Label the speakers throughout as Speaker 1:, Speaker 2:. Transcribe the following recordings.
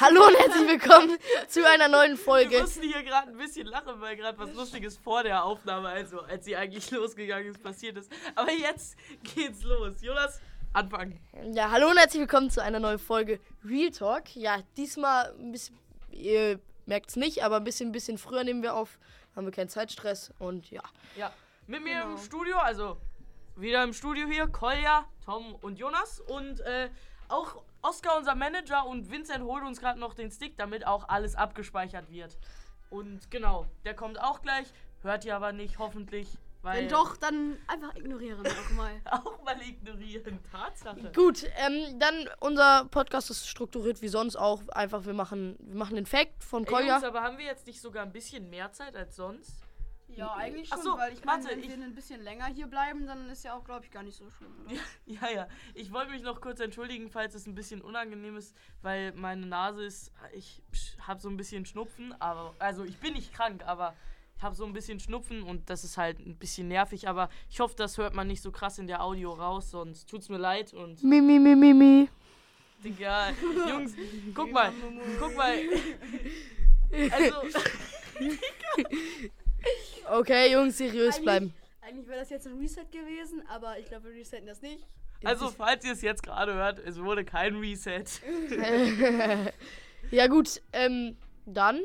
Speaker 1: Hallo und herzlich willkommen zu einer neuen
Speaker 2: Wir
Speaker 1: Folge.
Speaker 2: mussten hier gerade ein bisschen lachen, weil gerade was Lustiges vor der Aufnahme, also als sie eigentlich losgegangen ist, passiert ist. Aber jetzt geht's los. Jonas, anfangen.
Speaker 1: Ja, hallo und herzlich willkommen zu einer neuen Folge Real Talk. Ja, diesmal ein bisschen, ihr merkt es nicht, aber ein bisschen, bisschen früher nehmen wir auf. Haben wir keinen Zeitstress und ja.
Speaker 2: Ja. Mit mir
Speaker 1: Genau.
Speaker 2: im Studio, also wieder im Studio hier, Kolja, Tom und Jonas und äh, auch Oskar, unser Manager und Vincent holt uns gerade noch den Stick, damit auch alles abgespeichert wird. Und genau, der kommt auch gleich, hört ihr aber nicht, hoffentlich. Weil
Speaker 3: Wenn doch, dann einfach ignorieren wir auch mal.
Speaker 2: Auch mal ignorieren, Tatsache.
Speaker 1: Gut, ähm, dann unser Podcast ist strukturiert wie sonst auch. Einfach, wir machen, wir machen den Fact von
Speaker 2: Ey, Jungs,
Speaker 1: Kolja.
Speaker 2: aber haben wir jetzt nicht sogar ein bisschen mehr Zeit als sonst?
Speaker 3: Ja, eigentlich
Speaker 2: Ach
Speaker 3: schon,
Speaker 2: so,
Speaker 3: weil ich meine,
Speaker 2: warte,
Speaker 3: wenn
Speaker 2: ich-
Speaker 3: wir ein bisschen länger hier bleiben, dann ist ja auch, glaube ich, gar nicht so schlimm, oder?
Speaker 2: Ja, ja. Ich wollte mich noch kurz entschuldigen, falls es ein bisschen unangenehm ist, weil meine Nase ist. Ich habe so ein bisschen Schnupfen, aber. Also, ich bin nicht krank, aber ich habe so ein bisschen Schnupfen und das ist halt ein bisschen nervig, aber ich hoffe, das hört man nicht so krass in der Audio raus, sonst tut's mir leid und.
Speaker 1: Mi, mi, mi, mi, mi.
Speaker 2: Digga, Jungs, guck mal, guck mal. Also,
Speaker 1: Okay, Jungs, seriös bleiben.
Speaker 3: Eigentlich wäre das jetzt ein Reset gewesen, aber ich glaube, wir resetten das nicht.
Speaker 2: also falls ihr es jetzt gerade hört, es wurde kein Reset.
Speaker 1: ja, gut, ähm, dann.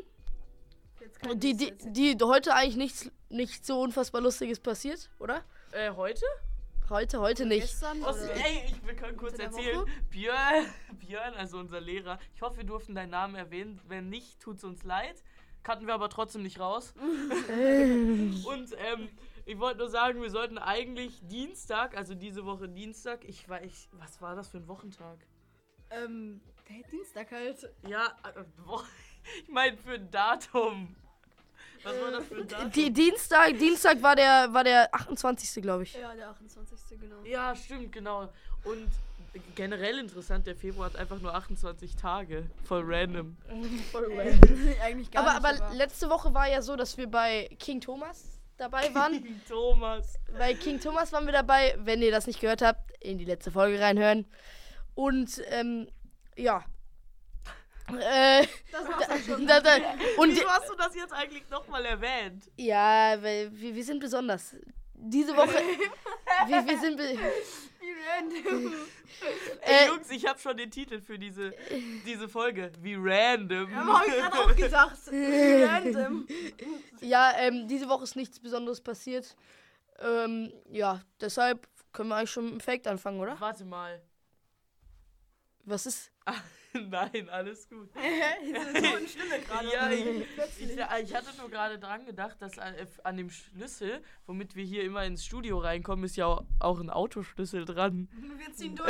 Speaker 3: Jetzt
Speaker 1: Die, die, die heute eigentlich nichts, nichts so unfassbar Lustiges passiert, oder?
Speaker 2: Äh, heute?
Speaker 1: Heute, heute nicht.
Speaker 3: Gestern,
Speaker 2: Aus,
Speaker 3: oder?
Speaker 2: ey, ich wir können kurz
Speaker 3: Unter Äh, der
Speaker 2: erzählen. Björn, Björn, also unser Lehrer. Ich hoffe, wir durften deinen Namen erwähnen. Wenn nicht, tut's uns leid. Cutten wir aber trotzdem nicht raus. Und ähm, ich wollte nur sagen, wir sollten eigentlich Dienstag, also diese Woche Dienstag, ich weiß, was war das für ein Wochentag?
Speaker 3: ähm, der Dienstag halt.
Speaker 2: Ja, äh, wo- ich meine für ein Datum. Was war das für ein Datum?
Speaker 1: Die, Dienstag, Dienstag war der, war der 28. glaube ich.
Speaker 3: Ja, der 28. genau.
Speaker 2: Ja, stimmt, genau. Und generell interessant, der Februar hat einfach nur 28 Tage. Voll random.
Speaker 3: eigentlich gar
Speaker 1: Aber,
Speaker 3: nicht.
Speaker 1: aber letzte Woche war ja so, dass wir bei King Thomas dabei waren.
Speaker 2: Thomas.
Speaker 1: bei King Thomas waren wir dabei. Wenn ihr das nicht gehört habt, in die letzte Folge reinhören. Und ähm, ja. Äh,
Speaker 3: das war's dann schon.
Speaker 1: da, da, und
Speaker 2: Wieso hast du das jetzt eigentlich nochmal erwähnt?
Speaker 1: ja, weil wir, wir sind besonders. Diese Woche. wir, wir sind. Be
Speaker 3: Wie random.
Speaker 2: Ey,
Speaker 1: Äh,
Speaker 2: Jungs, ich habe schon den Titel für diese, diese Folge. Wie random.
Speaker 3: Ja, aber hab ich gerade auch gedacht. Wie random.
Speaker 1: Ja, ähm, diese Woche ist nichts Besonderes passiert. Ähm, ja, deshalb können wir eigentlich schon mit dem Fact anfangen, oder?
Speaker 2: Warte mal.
Speaker 1: Was ist?
Speaker 2: Nein, alles gut.
Speaker 3: Diese Stimme gerade.
Speaker 2: Ja, ich,
Speaker 3: Plötzlich.
Speaker 2: ich, ich hatte nur gerade dran gedacht, dass an, an dem Schlüssel, womit wir hier immer ins Studio reinkommen, ist ja au- auch ein Autoschlüssel dran.
Speaker 3: Wir ziehen durch.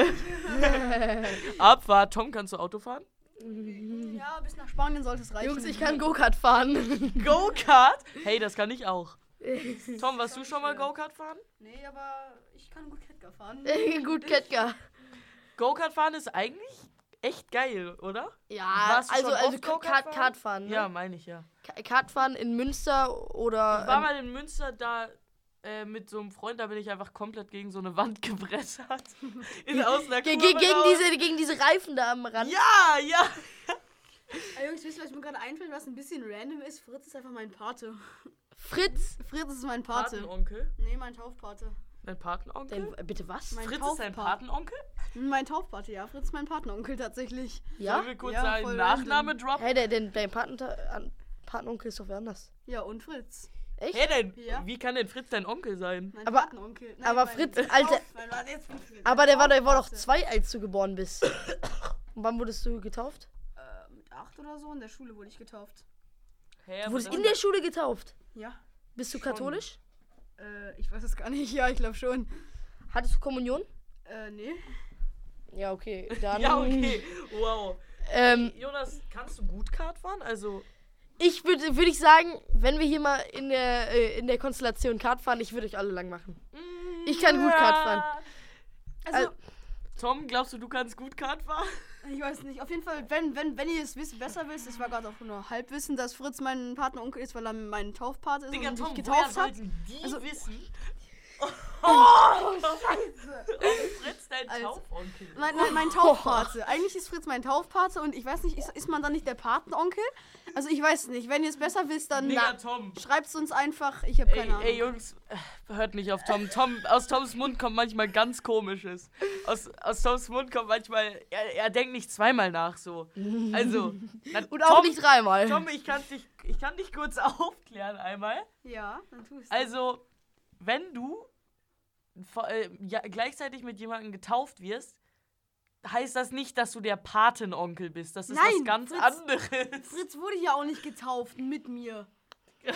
Speaker 2: Abfahrt. Tom, kannst du Auto fahren?
Speaker 3: Ja, bis nach Spanien sollte es reichen.
Speaker 1: Jungs, ich kann Go-Kart fahren.
Speaker 2: Go-Kart? Hey, das kann ich auch. Tom, warst du schon mal Go-Kart fahren?
Speaker 3: Nee, aber ich kann gut Ketka fahren.
Speaker 1: Gut, Ketka.
Speaker 2: Go-Kart fahren ist eigentlich echt geil, oder?
Speaker 1: Ja,
Speaker 2: Warst du
Speaker 1: also,
Speaker 2: schon
Speaker 1: also
Speaker 2: oft Go-Kart
Speaker 1: Kart,
Speaker 2: fahren?
Speaker 1: Kart fahren. Ne?
Speaker 2: Ja, meine ich ja.
Speaker 1: Ka- Kart fahren in Münster
Speaker 2: Ich war
Speaker 1: oder. ähm,
Speaker 2: mal in Münster da äh, mit so einem Freund, da bin ich einfach komplett gegen so eine Wand gebrettert. In aus einer
Speaker 1: Ähm, ge
Speaker 2: Kurve
Speaker 1: ge gegen,
Speaker 2: raus.
Speaker 1: diese, gegen diese Reifen da am Rand.
Speaker 2: Ja, ja.
Speaker 3: Ey, Jungs, wisst ihr, was mir gerade einfällt, was ein bisschen random ist? Fritz ist einfach mein Pate.
Speaker 1: Fritz.
Speaker 3: Fritz ist mein Pate.
Speaker 2: Patenonkel?
Speaker 3: Nee, mein Taufpate.
Speaker 2: Dein Patenonkel?
Speaker 1: Dein, äh, bitte was?
Speaker 3: Mein
Speaker 2: Fritz ist dein
Speaker 3: Taufpa-
Speaker 2: Patenonkel?
Speaker 3: Hm, Mein Taufpate, ja. Fritz ist mein Partneronkel tatsächlich.
Speaker 1: Ja?
Speaker 2: Sollen wir kurz
Speaker 3: Ja,
Speaker 2: seinen
Speaker 3: voll
Speaker 2: Nachname droppen?
Speaker 1: Hey, der, dein, dein Paten an- Patenonkel ist doch wer anders.
Speaker 3: Ja, und Fritz.
Speaker 1: Echt?
Speaker 2: Hey, dein,
Speaker 3: Ja.
Speaker 2: wie kann denn Fritz dein Onkel sein?
Speaker 3: Mein
Speaker 1: Aber-
Speaker 3: Patenonkel. Nein,
Speaker 1: aber
Speaker 3: mein
Speaker 1: Fritz, Alter-
Speaker 3: Tauf- mein- warte, jetzt bin ich wieder-
Speaker 1: Aber der war, der war doch
Speaker 3: Taufpate.
Speaker 1: zwei, als du geboren bist. Und wann wurdest du getauft?
Speaker 3: Äh, mit acht oder so in der Schule wurde ich getauft.
Speaker 2: Hey,
Speaker 1: Du
Speaker 2: aber
Speaker 1: wurdest
Speaker 2: das-
Speaker 1: in der Schule getauft.
Speaker 3: Ja.
Speaker 1: Bist du
Speaker 2: Schon.
Speaker 1: katholisch?
Speaker 3: Äh, ich weiß es gar nicht. Ja, ich glaube schon.
Speaker 1: Hattest du Kommunion?
Speaker 3: Äh, nee.
Speaker 1: Ja, okay. Dann,
Speaker 2: ja, okay. Wow.
Speaker 1: Ähm,
Speaker 2: Jonas, kannst du gut Kart fahren? Also,
Speaker 1: ich würde würd ich sagen, wenn wir hier mal in der, äh, in der Konstellation Kart fahren, ich würde euch alle lang machen. Ich kann gut Kart fahren.
Speaker 3: Also,
Speaker 2: Tom, glaubst du, du kannst gut Kart fahren?
Speaker 3: ich weiß nicht. Auf jeden Fall, wenn, wenn, wenn ihr es wisst, besser wisst, es war gerade auch nur Halbwissen, dass Fritz mein Partneronkel ist, weil er mein Taufpate ist
Speaker 2: Digga,
Speaker 3: und
Speaker 2: Tom,
Speaker 3: mich
Speaker 2: woher
Speaker 3: getauft hat.
Speaker 2: sollten die
Speaker 3: Also-
Speaker 2: wissen? Oh, Fritz, dein
Speaker 3: Also-
Speaker 2: Taufonkel.
Speaker 3: Mein, mein, mein Taufpate. Eigentlich ist Fritz mein Taufpate und ich weiß nicht, ist, ist man dann nicht der Patenonkel? Also ich weiß nicht. Wenn ihr es besser wisst, dann
Speaker 2: Mega
Speaker 3: la-
Speaker 2: Tom.
Speaker 3: schreibt's uns einfach. Ich habe keine
Speaker 2: Ey,
Speaker 3: Ahnung.
Speaker 2: ey, Jungs, äh, hört nicht auf Tom. Tom. Aus Toms Mund kommt manchmal ganz Komisches. Aus, aus Toms Mund kommt manchmal, er, er denkt nicht zweimal nach so. Also, na,
Speaker 1: Und
Speaker 2: Tom,
Speaker 1: auch nicht dreimal.
Speaker 2: Tom, ich kann dich, ich kann dich kurz aufklären einmal.
Speaker 3: Ja, dann tust du.
Speaker 2: Also, wenn du vor- äh, ja, gleichzeitig mit jemandem getauft wirst, heißt das nicht, dass du der Patenonkel bist. Das ist was
Speaker 3: Nein,
Speaker 2: ganz
Speaker 3: Fritz.
Speaker 2: anderes.
Speaker 3: Fritz wurde ja auch nicht getauft mit mir.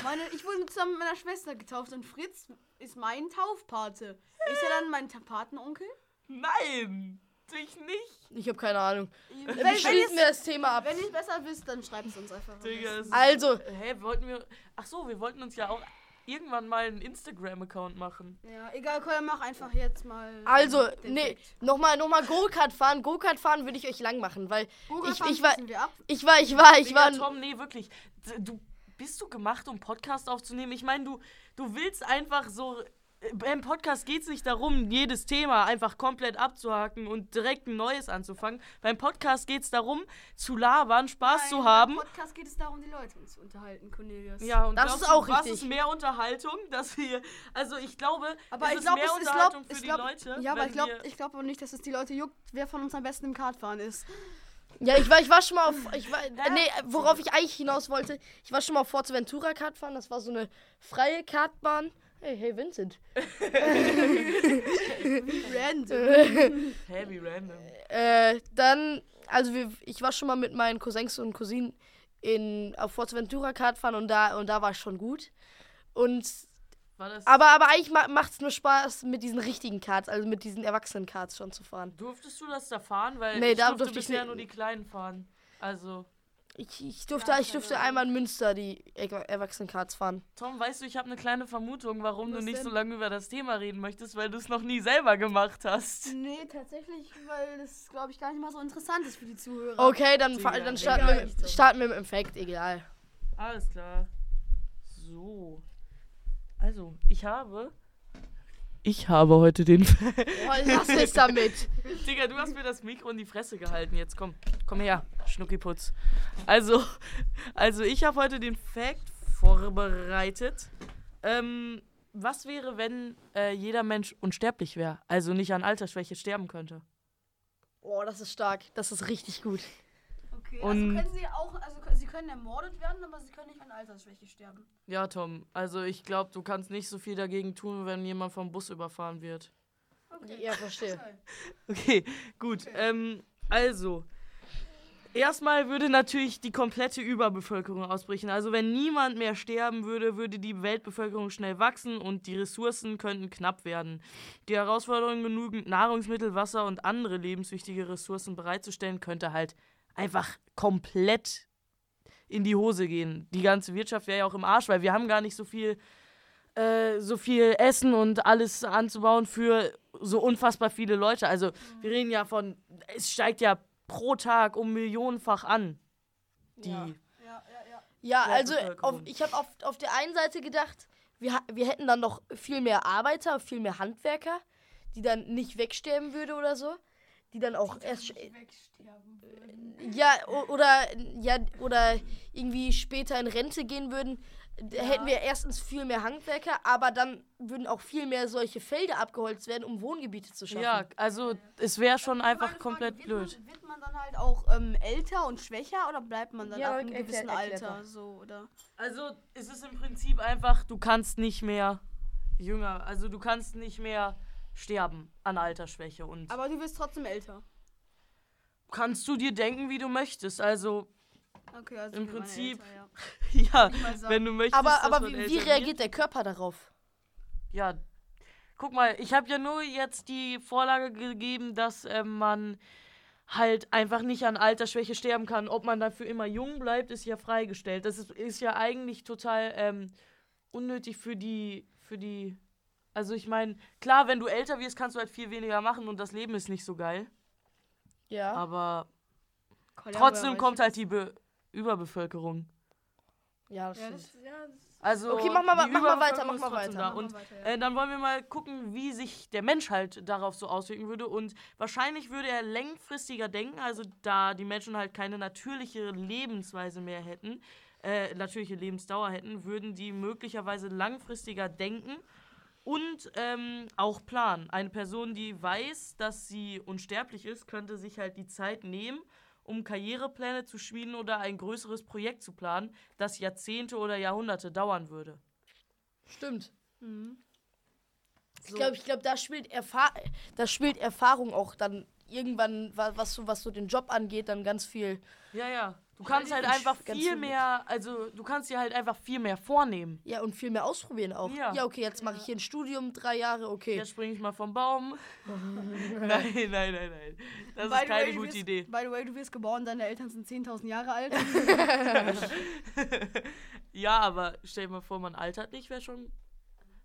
Speaker 3: Meine, ich wurde zusammen mit meiner Schwester getauft und Fritz ist mein Taufpate. Ist er dann mein Ta- Patenonkel?
Speaker 2: Nein, dich nicht.
Speaker 1: Ich habe keine Ahnung.
Speaker 2: Äh,
Speaker 3: Wenn, wenn,
Speaker 1: Schließen wir
Speaker 3: ihr's-
Speaker 1: das Thema ab.
Speaker 3: wenn ihr es besser wisst, dann schreibt es uns einfach.
Speaker 2: Digga, es ist-
Speaker 1: Also,
Speaker 2: Hä, wollten wir. Ach so, wir wollten uns ja auch irgendwann mal einen Instagram-Account machen.
Speaker 3: Ja, egal, Kolja, mach einfach jetzt mal.
Speaker 1: also,
Speaker 3: den
Speaker 1: nee,
Speaker 3: Text.
Speaker 1: nochmal, nochmal Go-Kart fahren. Go-Kart fahren würde ich euch lang machen, weil
Speaker 3: Google
Speaker 1: ich,
Speaker 3: Farm
Speaker 1: ich war,
Speaker 3: schließen wir ab.
Speaker 1: ich war, ich war, ich
Speaker 2: Digga,
Speaker 1: war,
Speaker 2: Tom, nee, wirklich. D- Du bist du gemacht, um Podcast aufzunehmen? Ich meine, du, du willst einfach so. äh, Beim Podcast geht es nicht darum, jedes Thema einfach komplett abzuhaken und direkt ein neues anzufangen. Beim Podcast geht es darum, zu labern, Spaß zu
Speaker 3: Nein,
Speaker 2: haben.
Speaker 3: Im Podcast geht es darum, die Leute zu unterhalten, Cornelius.
Speaker 2: Ja, und
Speaker 1: Das
Speaker 2: glaubst
Speaker 1: ist
Speaker 2: du,
Speaker 1: auch
Speaker 2: was
Speaker 1: richtig.
Speaker 2: ist mehr Unterhaltung, dass wir. Also, ich glaube,
Speaker 3: Aber
Speaker 2: es
Speaker 3: ich
Speaker 2: ist
Speaker 3: glaube,
Speaker 2: mehr
Speaker 3: es ich
Speaker 2: Unterhaltung
Speaker 3: glaub,
Speaker 2: für
Speaker 3: ich
Speaker 2: die
Speaker 3: glaub,
Speaker 2: Leute.
Speaker 3: Ja, aber
Speaker 2: wenn
Speaker 3: ich glaube
Speaker 2: wir-
Speaker 3: ich glaub aber nicht, dass es die Leute juckt, wer von uns am besten im Kartfahren ist.
Speaker 1: ja, ich war, ich war schon mal auf, ich war,
Speaker 2: Ja.
Speaker 1: nee, worauf ich eigentlich hinaus wollte, ich war schon mal auf Forza Ventura Kart fahren. Das war so eine freie Kartbahn. Hey, hey, Vincent.
Speaker 3: Random.
Speaker 2: Hä, wie random.
Speaker 1: Äh, dann, also wir, ich war schon mal mit meinen Cousins und Cousinen in, auf Forzaventura Kart fahren und da, und da war es schon gut. Und,
Speaker 2: War das.
Speaker 1: aber, aber eigentlich ma macht es nur Spaß, mit diesen richtigen Karts, also mit diesen Erwachsenen-Karts schon zu fahren.
Speaker 2: Durftest du das da fahren? Weil
Speaker 1: Nee,
Speaker 2: ich
Speaker 1: da
Speaker 2: durfte,
Speaker 1: durfte ich
Speaker 2: bisher
Speaker 1: nicht.
Speaker 2: nur die Kleinen fahren. Also,
Speaker 1: Ich, ich durfte,
Speaker 3: Ja,
Speaker 1: ich durfte
Speaker 3: keine Ahnung.
Speaker 1: einmal in Münster die Er- Erwachsenen-Karts fahren.
Speaker 2: Tom, weißt du, ich habe eine kleine Vermutung, warum
Speaker 3: Was
Speaker 2: du nicht
Speaker 3: denn?
Speaker 2: so lange über das Thema reden möchtest, weil du es noch nie selber gemacht hast.
Speaker 3: Nee, tatsächlich, weil das, glaube ich, gar nicht mal so interessant ist für die Zuhörer.
Speaker 1: Okay, dann,
Speaker 2: Digga,
Speaker 1: fa- dann
Speaker 2: egal.
Speaker 1: starten, wir, mit- starten wir mit dem Fact, egal.
Speaker 2: Alles klar. So. Also, ich habe. Ich habe heute den.
Speaker 1: Boah, lass es damit.
Speaker 2: Digga, du hast mir das Mikro in die Fresse gehalten. Jetzt komm. Komm her, Schnuckiputz. Also, also ich habe heute den Fact vorbereitet. Ähm, was wäre, wenn äh, jeder Mensch unsterblich wäre? Also nicht an Altersschwäche sterben könnte.
Speaker 1: Boah, das ist stark. Das ist richtig gut.
Speaker 3: Okay,
Speaker 2: Und-
Speaker 3: also können sie auch, also können- sie können ermordet werden, aber sie können nicht an Altersschwäche sterben.
Speaker 2: Ja, Tom, also ich glaube, du kannst nicht so viel dagegen tun, wenn jemand vom Bus überfahren wird.
Speaker 3: Okay.
Speaker 1: Ja, verstehe.
Speaker 3: Toll.
Speaker 2: Okay, gut. Ähm, also, erstmal würde natürlich die komplette Überbevölkerung ausbrechen. Also, wenn niemand mehr sterben würde, würde die Weltbevölkerung schnell wachsen und die Ressourcen könnten knapp werden. Die Herausforderung, genügend Nahrungsmittel, Wasser und andere lebenswichtige Ressourcen bereitzustellen, könnte halt einfach komplett in die Hose gehen. Die ganze Wirtschaft wäre ja auch im Arsch, weil wir haben gar nicht so viel äh, so viel Essen und alles anzubauen für so unfassbar viele Leute. Also wir reden ja von, es steigt ja pro Tag um Millionenfach an. Die.
Speaker 1: Ja.
Speaker 3: Ja, ja, ja.
Speaker 1: Ja,
Speaker 2: Ja,
Speaker 1: also
Speaker 2: total
Speaker 1: auf,
Speaker 2: cool.
Speaker 1: ich habe auf, auf der einen Seite gedacht, wir, ha- wir hätten dann noch viel mehr Arbeiter, viel mehr Handwerker, die dann nicht wegsterben würde oder so. Die dann auch erst. äh,
Speaker 3: Nicht wegsterben würden.
Speaker 1: Ja, o- oder, ja, oder irgendwie später in Rente gehen würden. Da
Speaker 3: Ja.
Speaker 1: Hätten wir erstens viel mehr Handwerker, aber dann würden auch viel mehr solche Felder abgeholzt werden, um Wohngebiete zu schaffen.
Speaker 2: Ja, also es wäre schon
Speaker 3: Meine
Speaker 2: einfach
Speaker 3: Frage,
Speaker 2: komplett
Speaker 3: wird
Speaker 2: blöd.
Speaker 3: Man, wird man dann halt auch ähm, älter und schwächer oder bleibt man dann
Speaker 1: Ja,
Speaker 3: ab einem
Speaker 1: erklär-
Speaker 3: gewissen
Speaker 1: erklär
Speaker 3: Alter
Speaker 1: doch.
Speaker 3: so oder?
Speaker 2: Also es ist im Prinzip einfach, du kannst nicht mehr jünger, also du kannst nicht mehr sterben an Altersschwäche und
Speaker 3: Aber du wirst trotzdem älter.
Speaker 2: kannst du dir denken, wie du möchtest. Also
Speaker 3: Okay, also
Speaker 2: Im
Speaker 3: wir waren
Speaker 2: Prinzip-
Speaker 3: Älter, ja.
Speaker 2: ja,
Speaker 3: mal sagen.
Speaker 2: wenn du möchtest.
Speaker 1: aber
Speaker 2: dass
Speaker 1: aber
Speaker 2: man
Speaker 1: wie,
Speaker 2: älter
Speaker 1: wie
Speaker 2: wird.
Speaker 1: reagiert der Körper darauf?
Speaker 2: Ja, guck mal, ich habe ja nur jetzt die Vorlage gegeben, dass ähm, man halt einfach nicht an Altersschwäche sterben kann. Ob man dafür immer jung bleibt, ist ja freigestellt. Das ist, ist ja eigentlich total ähm, unnötig für die, für die. Also ich meine, klar, wenn du älter wirst, kannst du halt viel weniger machen und das Leben ist nicht so geil.
Speaker 1: Ja.
Speaker 2: Aber
Speaker 3: Kolja,
Speaker 2: trotzdem
Speaker 3: wer
Speaker 2: kommt
Speaker 3: weiß.
Speaker 2: halt die Be Überbevölkerung.
Speaker 1: Ja, das
Speaker 3: Ja,
Speaker 1: stimmt.
Speaker 3: das, ja, das
Speaker 2: Also
Speaker 1: Okay, mach mal wa-
Speaker 2: die
Speaker 1: mach mal
Speaker 2: Überbevölkerung
Speaker 1: weiter, mach
Speaker 2: ist
Speaker 1: mal
Speaker 2: trotzdem
Speaker 1: weiter,
Speaker 2: Da.
Speaker 1: mach
Speaker 2: Und
Speaker 3: mal weiter, ja.
Speaker 2: äh, dann wollen wir mal gucken, wie sich der Mensch halt darauf so auswirken würde. Und wahrscheinlich würde er längfristiger denken, also da die Menschen halt keine natürliche Lebensweise mehr hätten, äh, natürliche Lebensdauer hätten, würden die möglicherweise langfristiger denken und ähm, auch planen. Eine Person, die weiß, dass sie unsterblich ist, könnte sich halt die Zeit nehmen, um Karrierepläne zu schmieden oder ein größeres Projekt zu planen, das Jahrzehnte oder Jahrhunderte dauern würde.
Speaker 1: Stimmt.
Speaker 3: Mhm.
Speaker 1: Ich glaube, ich glaub, da, spielt Erfa da spielt Erfahrung auch dann irgendwann, wa- was so, was so den Job angeht, dann ganz viel.
Speaker 2: Ja, ja. Du kannst halt
Speaker 1: ich-
Speaker 2: einfach
Speaker 1: ganz
Speaker 2: viel
Speaker 1: gut.
Speaker 2: mehr, also du kannst dir halt einfach viel mehr vornehmen.
Speaker 1: Ja, und viel mehr ausprobieren auch. Ja,
Speaker 2: Ja.
Speaker 1: okay, jetzt mache ich hier ein Studium, drei Jahre, okay.
Speaker 2: Jetzt springe ich mal vom Baum. nein, nein, nein, nein. Das
Speaker 3: By
Speaker 2: ist
Speaker 3: the
Speaker 2: keine
Speaker 3: way, du
Speaker 2: gute
Speaker 3: wirst,
Speaker 2: Idee.
Speaker 3: By the way, du wirst geboren, deine Eltern sind 10.000 Jahre alt.
Speaker 2: Ja, aber stell dir mal vor, man altert nicht, wäre schon.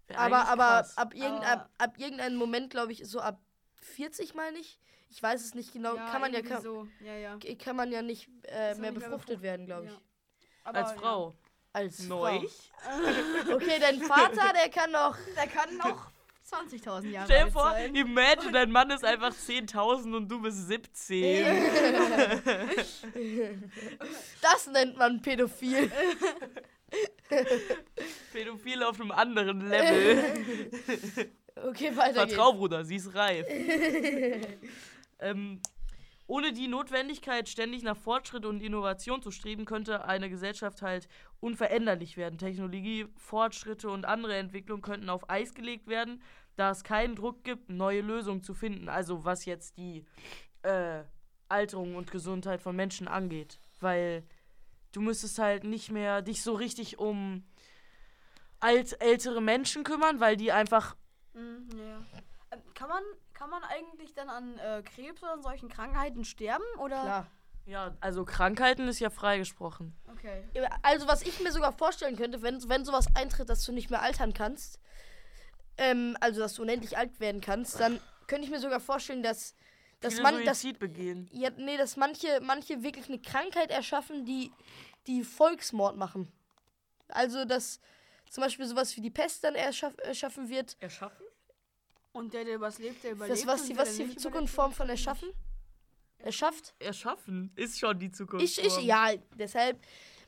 Speaker 2: Wär
Speaker 1: aber
Speaker 2: eigentlich
Speaker 1: aber
Speaker 2: krass. Ah.
Speaker 1: ab, irgendein,
Speaker 3: Aber-
Speaker 1: ab irgendeinem Moment, glaube ich, so ab 40, meine ich. Ich weiß es nicht genau. kann man ja
Speaker 3: irgendwie
Speaker 1: kann,
Speaker 3: so. Ja, ja.
Speaker 1: kann man ja nicht äh,
Speaker 3: Ist noch
Speaker 1: mehr
Speaker 3: nicht mehr
Speaker 1: befruchtet
Speaker 3: befruchtet,
Speaker 1: werden, glaube ich.
Speaker 3: ja. Aber,
Speaker 2: als Frau.
Speaker 1: Als
Speaker 2: Neu.
Speaker 1: Frau. Okay, dein Vater, der kann noch.
Speaker 3: Ja. Der kann noch 20.000 Jahre
Speaker 2: Stell dir
Speaker 3: alt
Speaker 2: vor,
Speaker 3: sein.
Speaker 2: imagine, dein Mann ist einfach 10.000 und du bist 17.
Speaker 1: Das nennt man pädophil.
Speaker 2: Pädophil auf einem anderen Level.
Speaker 1: Okay, weiter
Speaker 2: Vertrau,
Speaker 1: geht's.
Speaker 2: Bruder, sie ist reif. ähm, ohne die Notwendigkeit, ständig nach Fortschritt und Innovation zu streben, könnte eine Gesellschaft halt unveränderlich werden. Technologie, Fortschritte und andere Entwicklungen könnten auf Eis gelegt werden, da es keinen Druck gibt, neue Lösungen zu finden. Also was jetzt die äh, Alterung und Gesundheit von Menschen angeht. Weil du müsstest halt nicht mehr dich so richtig um alt, ältere Menschen kümmern, weil die einfach
Speaker 3: Mhm, ja, ja. Ähm, Kann man, kann man eigentlich dann an äh, Krebs oder an solchen Krankheiten sterben? Oder?
Speaker 1: Klar.
Speaker 2: Ja, also Krankheiten ist ja freigesprochen.
Speaker 3: Okay.
Speaker 1: Also, was ich mir sogar vorstellen könnte, wenn, wenn sowas eintritt, dass du nicht mehr altern kannst, ähm, also dass du unendlich alt werden kannst, dann könnte ich mir sogar vorstellen, dass, dass
Speaker 2: Viele
Speaker 1: man. Dass,
Speaker 2: Suizid begehen.
Speaker 1: ja, nee, dass manche, manche wirklich eine Krankheit erschaffen, die, die Volksmord machen. Also, dass zum Beispiel sowas wie die Pest dann erschaff, erschaffen wird.
Speaker 2: Erschaffen?
Speaker 3: Und der, der überlebt, der überlebt.
Speaker 1: Das, was
Speaker 3: und
Speaker 1: die,
Speaker 3: der,
Speaker 1: was
Speaker 3: der
Speaker 1: die
Speaker 3: nicht
Speaker 1: Zukunftsform von
Speaker 3: überlebt, der
Speaker 1: erschaffen? Erschafft?
Speaker 2: Erschaffen ist schon die Zukunft.
Speaker 1: Ich, ich, ja, deshalb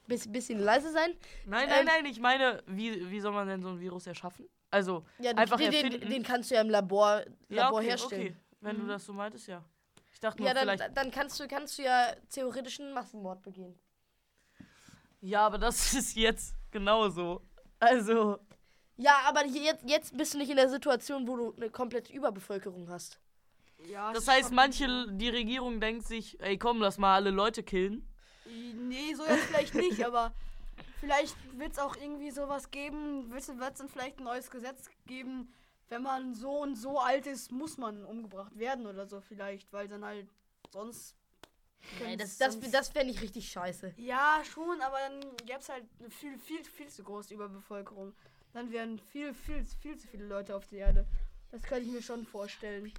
Speaker 1: bis, bisschen leise sein.
Speaker 2: Nein, nein,
Speaker 1: ähm,
Speaker 2: nein, ich meine, wie, wie soll man denn so ein Virus erschaffen? Also,
Speaker 1: Ja,
Speaker 2: einfach
Speaker 1: den, den,
Speaker 2: erfinden.
Speaker 1: den kannst du ja im Labor,
Speaker 2: ja,
Speaker 1: Labor
Speaker 2: okay,
Speaker 1: herstellen. Mhm.
Speaker 2: okay. Wenn du das so meintest, ja. Ich dachte nur
Speaker 1: Ja,
Speaker 2: vielleicht.
Speaker 1: dann, dann kannst, du, kannst du ja theoretisch einen Massenmord begehen.
Speaker 2: ja, aber das ist jetzt genauso. Also,
Speaker 1: Ja, aber hier, jetzt, jetzt bist du nicht in der Situation, wo du eine komplette Überbevölkerung hast.
Speaker 3: überlebt. Ja,
Speaker 2: das
Speaker 3: ist
Speaker 2: heißt,
Speaker 3: schon-
Speaker 2: manche, die Regierung denkt sich, ey, komm, lass mal alle Leute killen.
Speaker 3: Nee, so jetzt vielleicht nicht, aber vielleicht wird es auch irgendwie sowas geben, wird es dann vielleicht ein neues Gesetz geben, wenn man so und so alt ist, muss man umgebracht werden oder so vielleicht, weil dann halt sonst...
Speaker 1: das das,
Speaker 3: sonst-
Speaker 1: das wäre nicht richtig scheiße.
Speaker 3: Ja, schon, aber dann gäbe es halt eine viel, viel, viel zu große Überbevölkerung. Dann wären viel, viel, viel zu viele Leute auf der Erde. Das könnte ich mir schon vorstellen.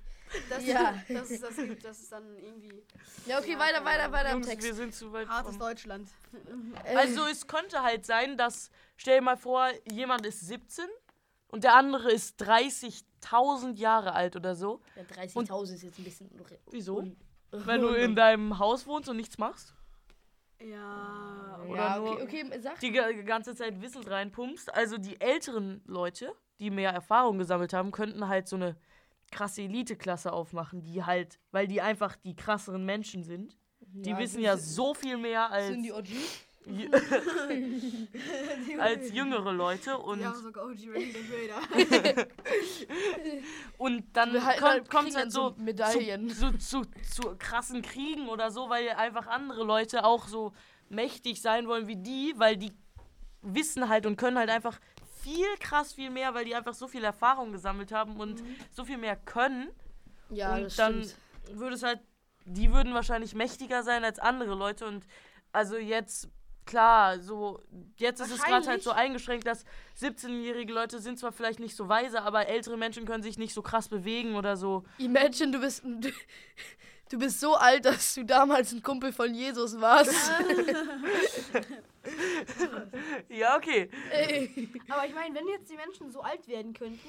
Speaker 3: Dass,
Speaker 1: Ja.
Speaker 3: dass es das gibt, dass es dann irgendwie
Speaker 1: Ja, okay,
Speaker 3: Ja,
Speaker 1: weiter,
Speaker 3: keine
Speaker 1: weiter,
Speaker 3: Ahnung.
Speaker 1: weiter im
Speaker 2: Jungs,
Speaker 1: Text.
Speaker 2: wir sind zu weit.
Speaker 3: hartes
Speaker 2: vom-
Speaker 3: Deutschland.
Speaker 1: Äh,
Speaker 2: Also es könnte halt sein, dass, stell dir mal vor, jemand ist 17 und der andere ist 30.000 Jahre alt oder so.
Speaker 1: ja, 30.000 ist jetzt ein bisschen.
Speaker 2: Wieso?
Speaker 1: un-
Speaker 2: Wenn du in deinem Haus wohnst und nichts machst,
Speaker 3: Ja,
Speaker 2: oder
Speaker 1: ja,
Speaker 2: nur-
Speaker 1: okay, okay, sag.
Speaker 2: die ga- ganze Zeit Wissen reinpumpst, also die älteren Leute, die mehr Erfahrung gesammelt haben, könnten halt so eine krasse Elite-Klasse aufmachen, die halt, weil die einfach die krasseren Menschen sind. Die wissen ja so viel mehr als,
Speaker 1: Sind die OGs?
Speaker 2: als jüngere Leute und,
Speaker 3: ja sogar OG Ranking the Raider.
Speaker 2: und dann
Speaker 1: Wir halt-
Speaker 2: kommt
Speaker 1: kriegen
Speaker 2: es halt
Speaker 1: dann
Speaker 2: so,
Speaker 1: so Medaillen.
Speaker 2: Zu, zu, zu, zu krassen Kriegen oder so, weil einfach andere Leute auch so mächtig sein wollen wie die, weil die wissen halt und können halt einfach viel krass viel mehr, weil die einfach so viel Erfahrung gesammelt haben und
Speaker 1: Mhm.
Speaker 2: so viel mehr können.
Speaker 1: Ja, das
Speaker 2: und dann
Speaker 1: stimmt.
Speaker 2: würde es halt, die würden wahrscheinlich mächtiger sein als andere Leute und also jetzt. Klar, so jetzt ist es gerade halt
Speaker 3: Wahrscheinlich.
Speaker 2: so eingeschränkt, dass 17-jährige Leute sind zwar vielleicht nicht so weise, aber ältere Menschen können sich nicht so krass bewegen oder so.
Speaker 1: Imagine, du bist, du bist so alt, dass du damals ein Kumpel von Jesus warst.
Speaker 2: Ja, okay.
Speaker 1: Ey.
Speaker 3: Aber ich meine, wenn jetzt die Menschen so alt werden könnten,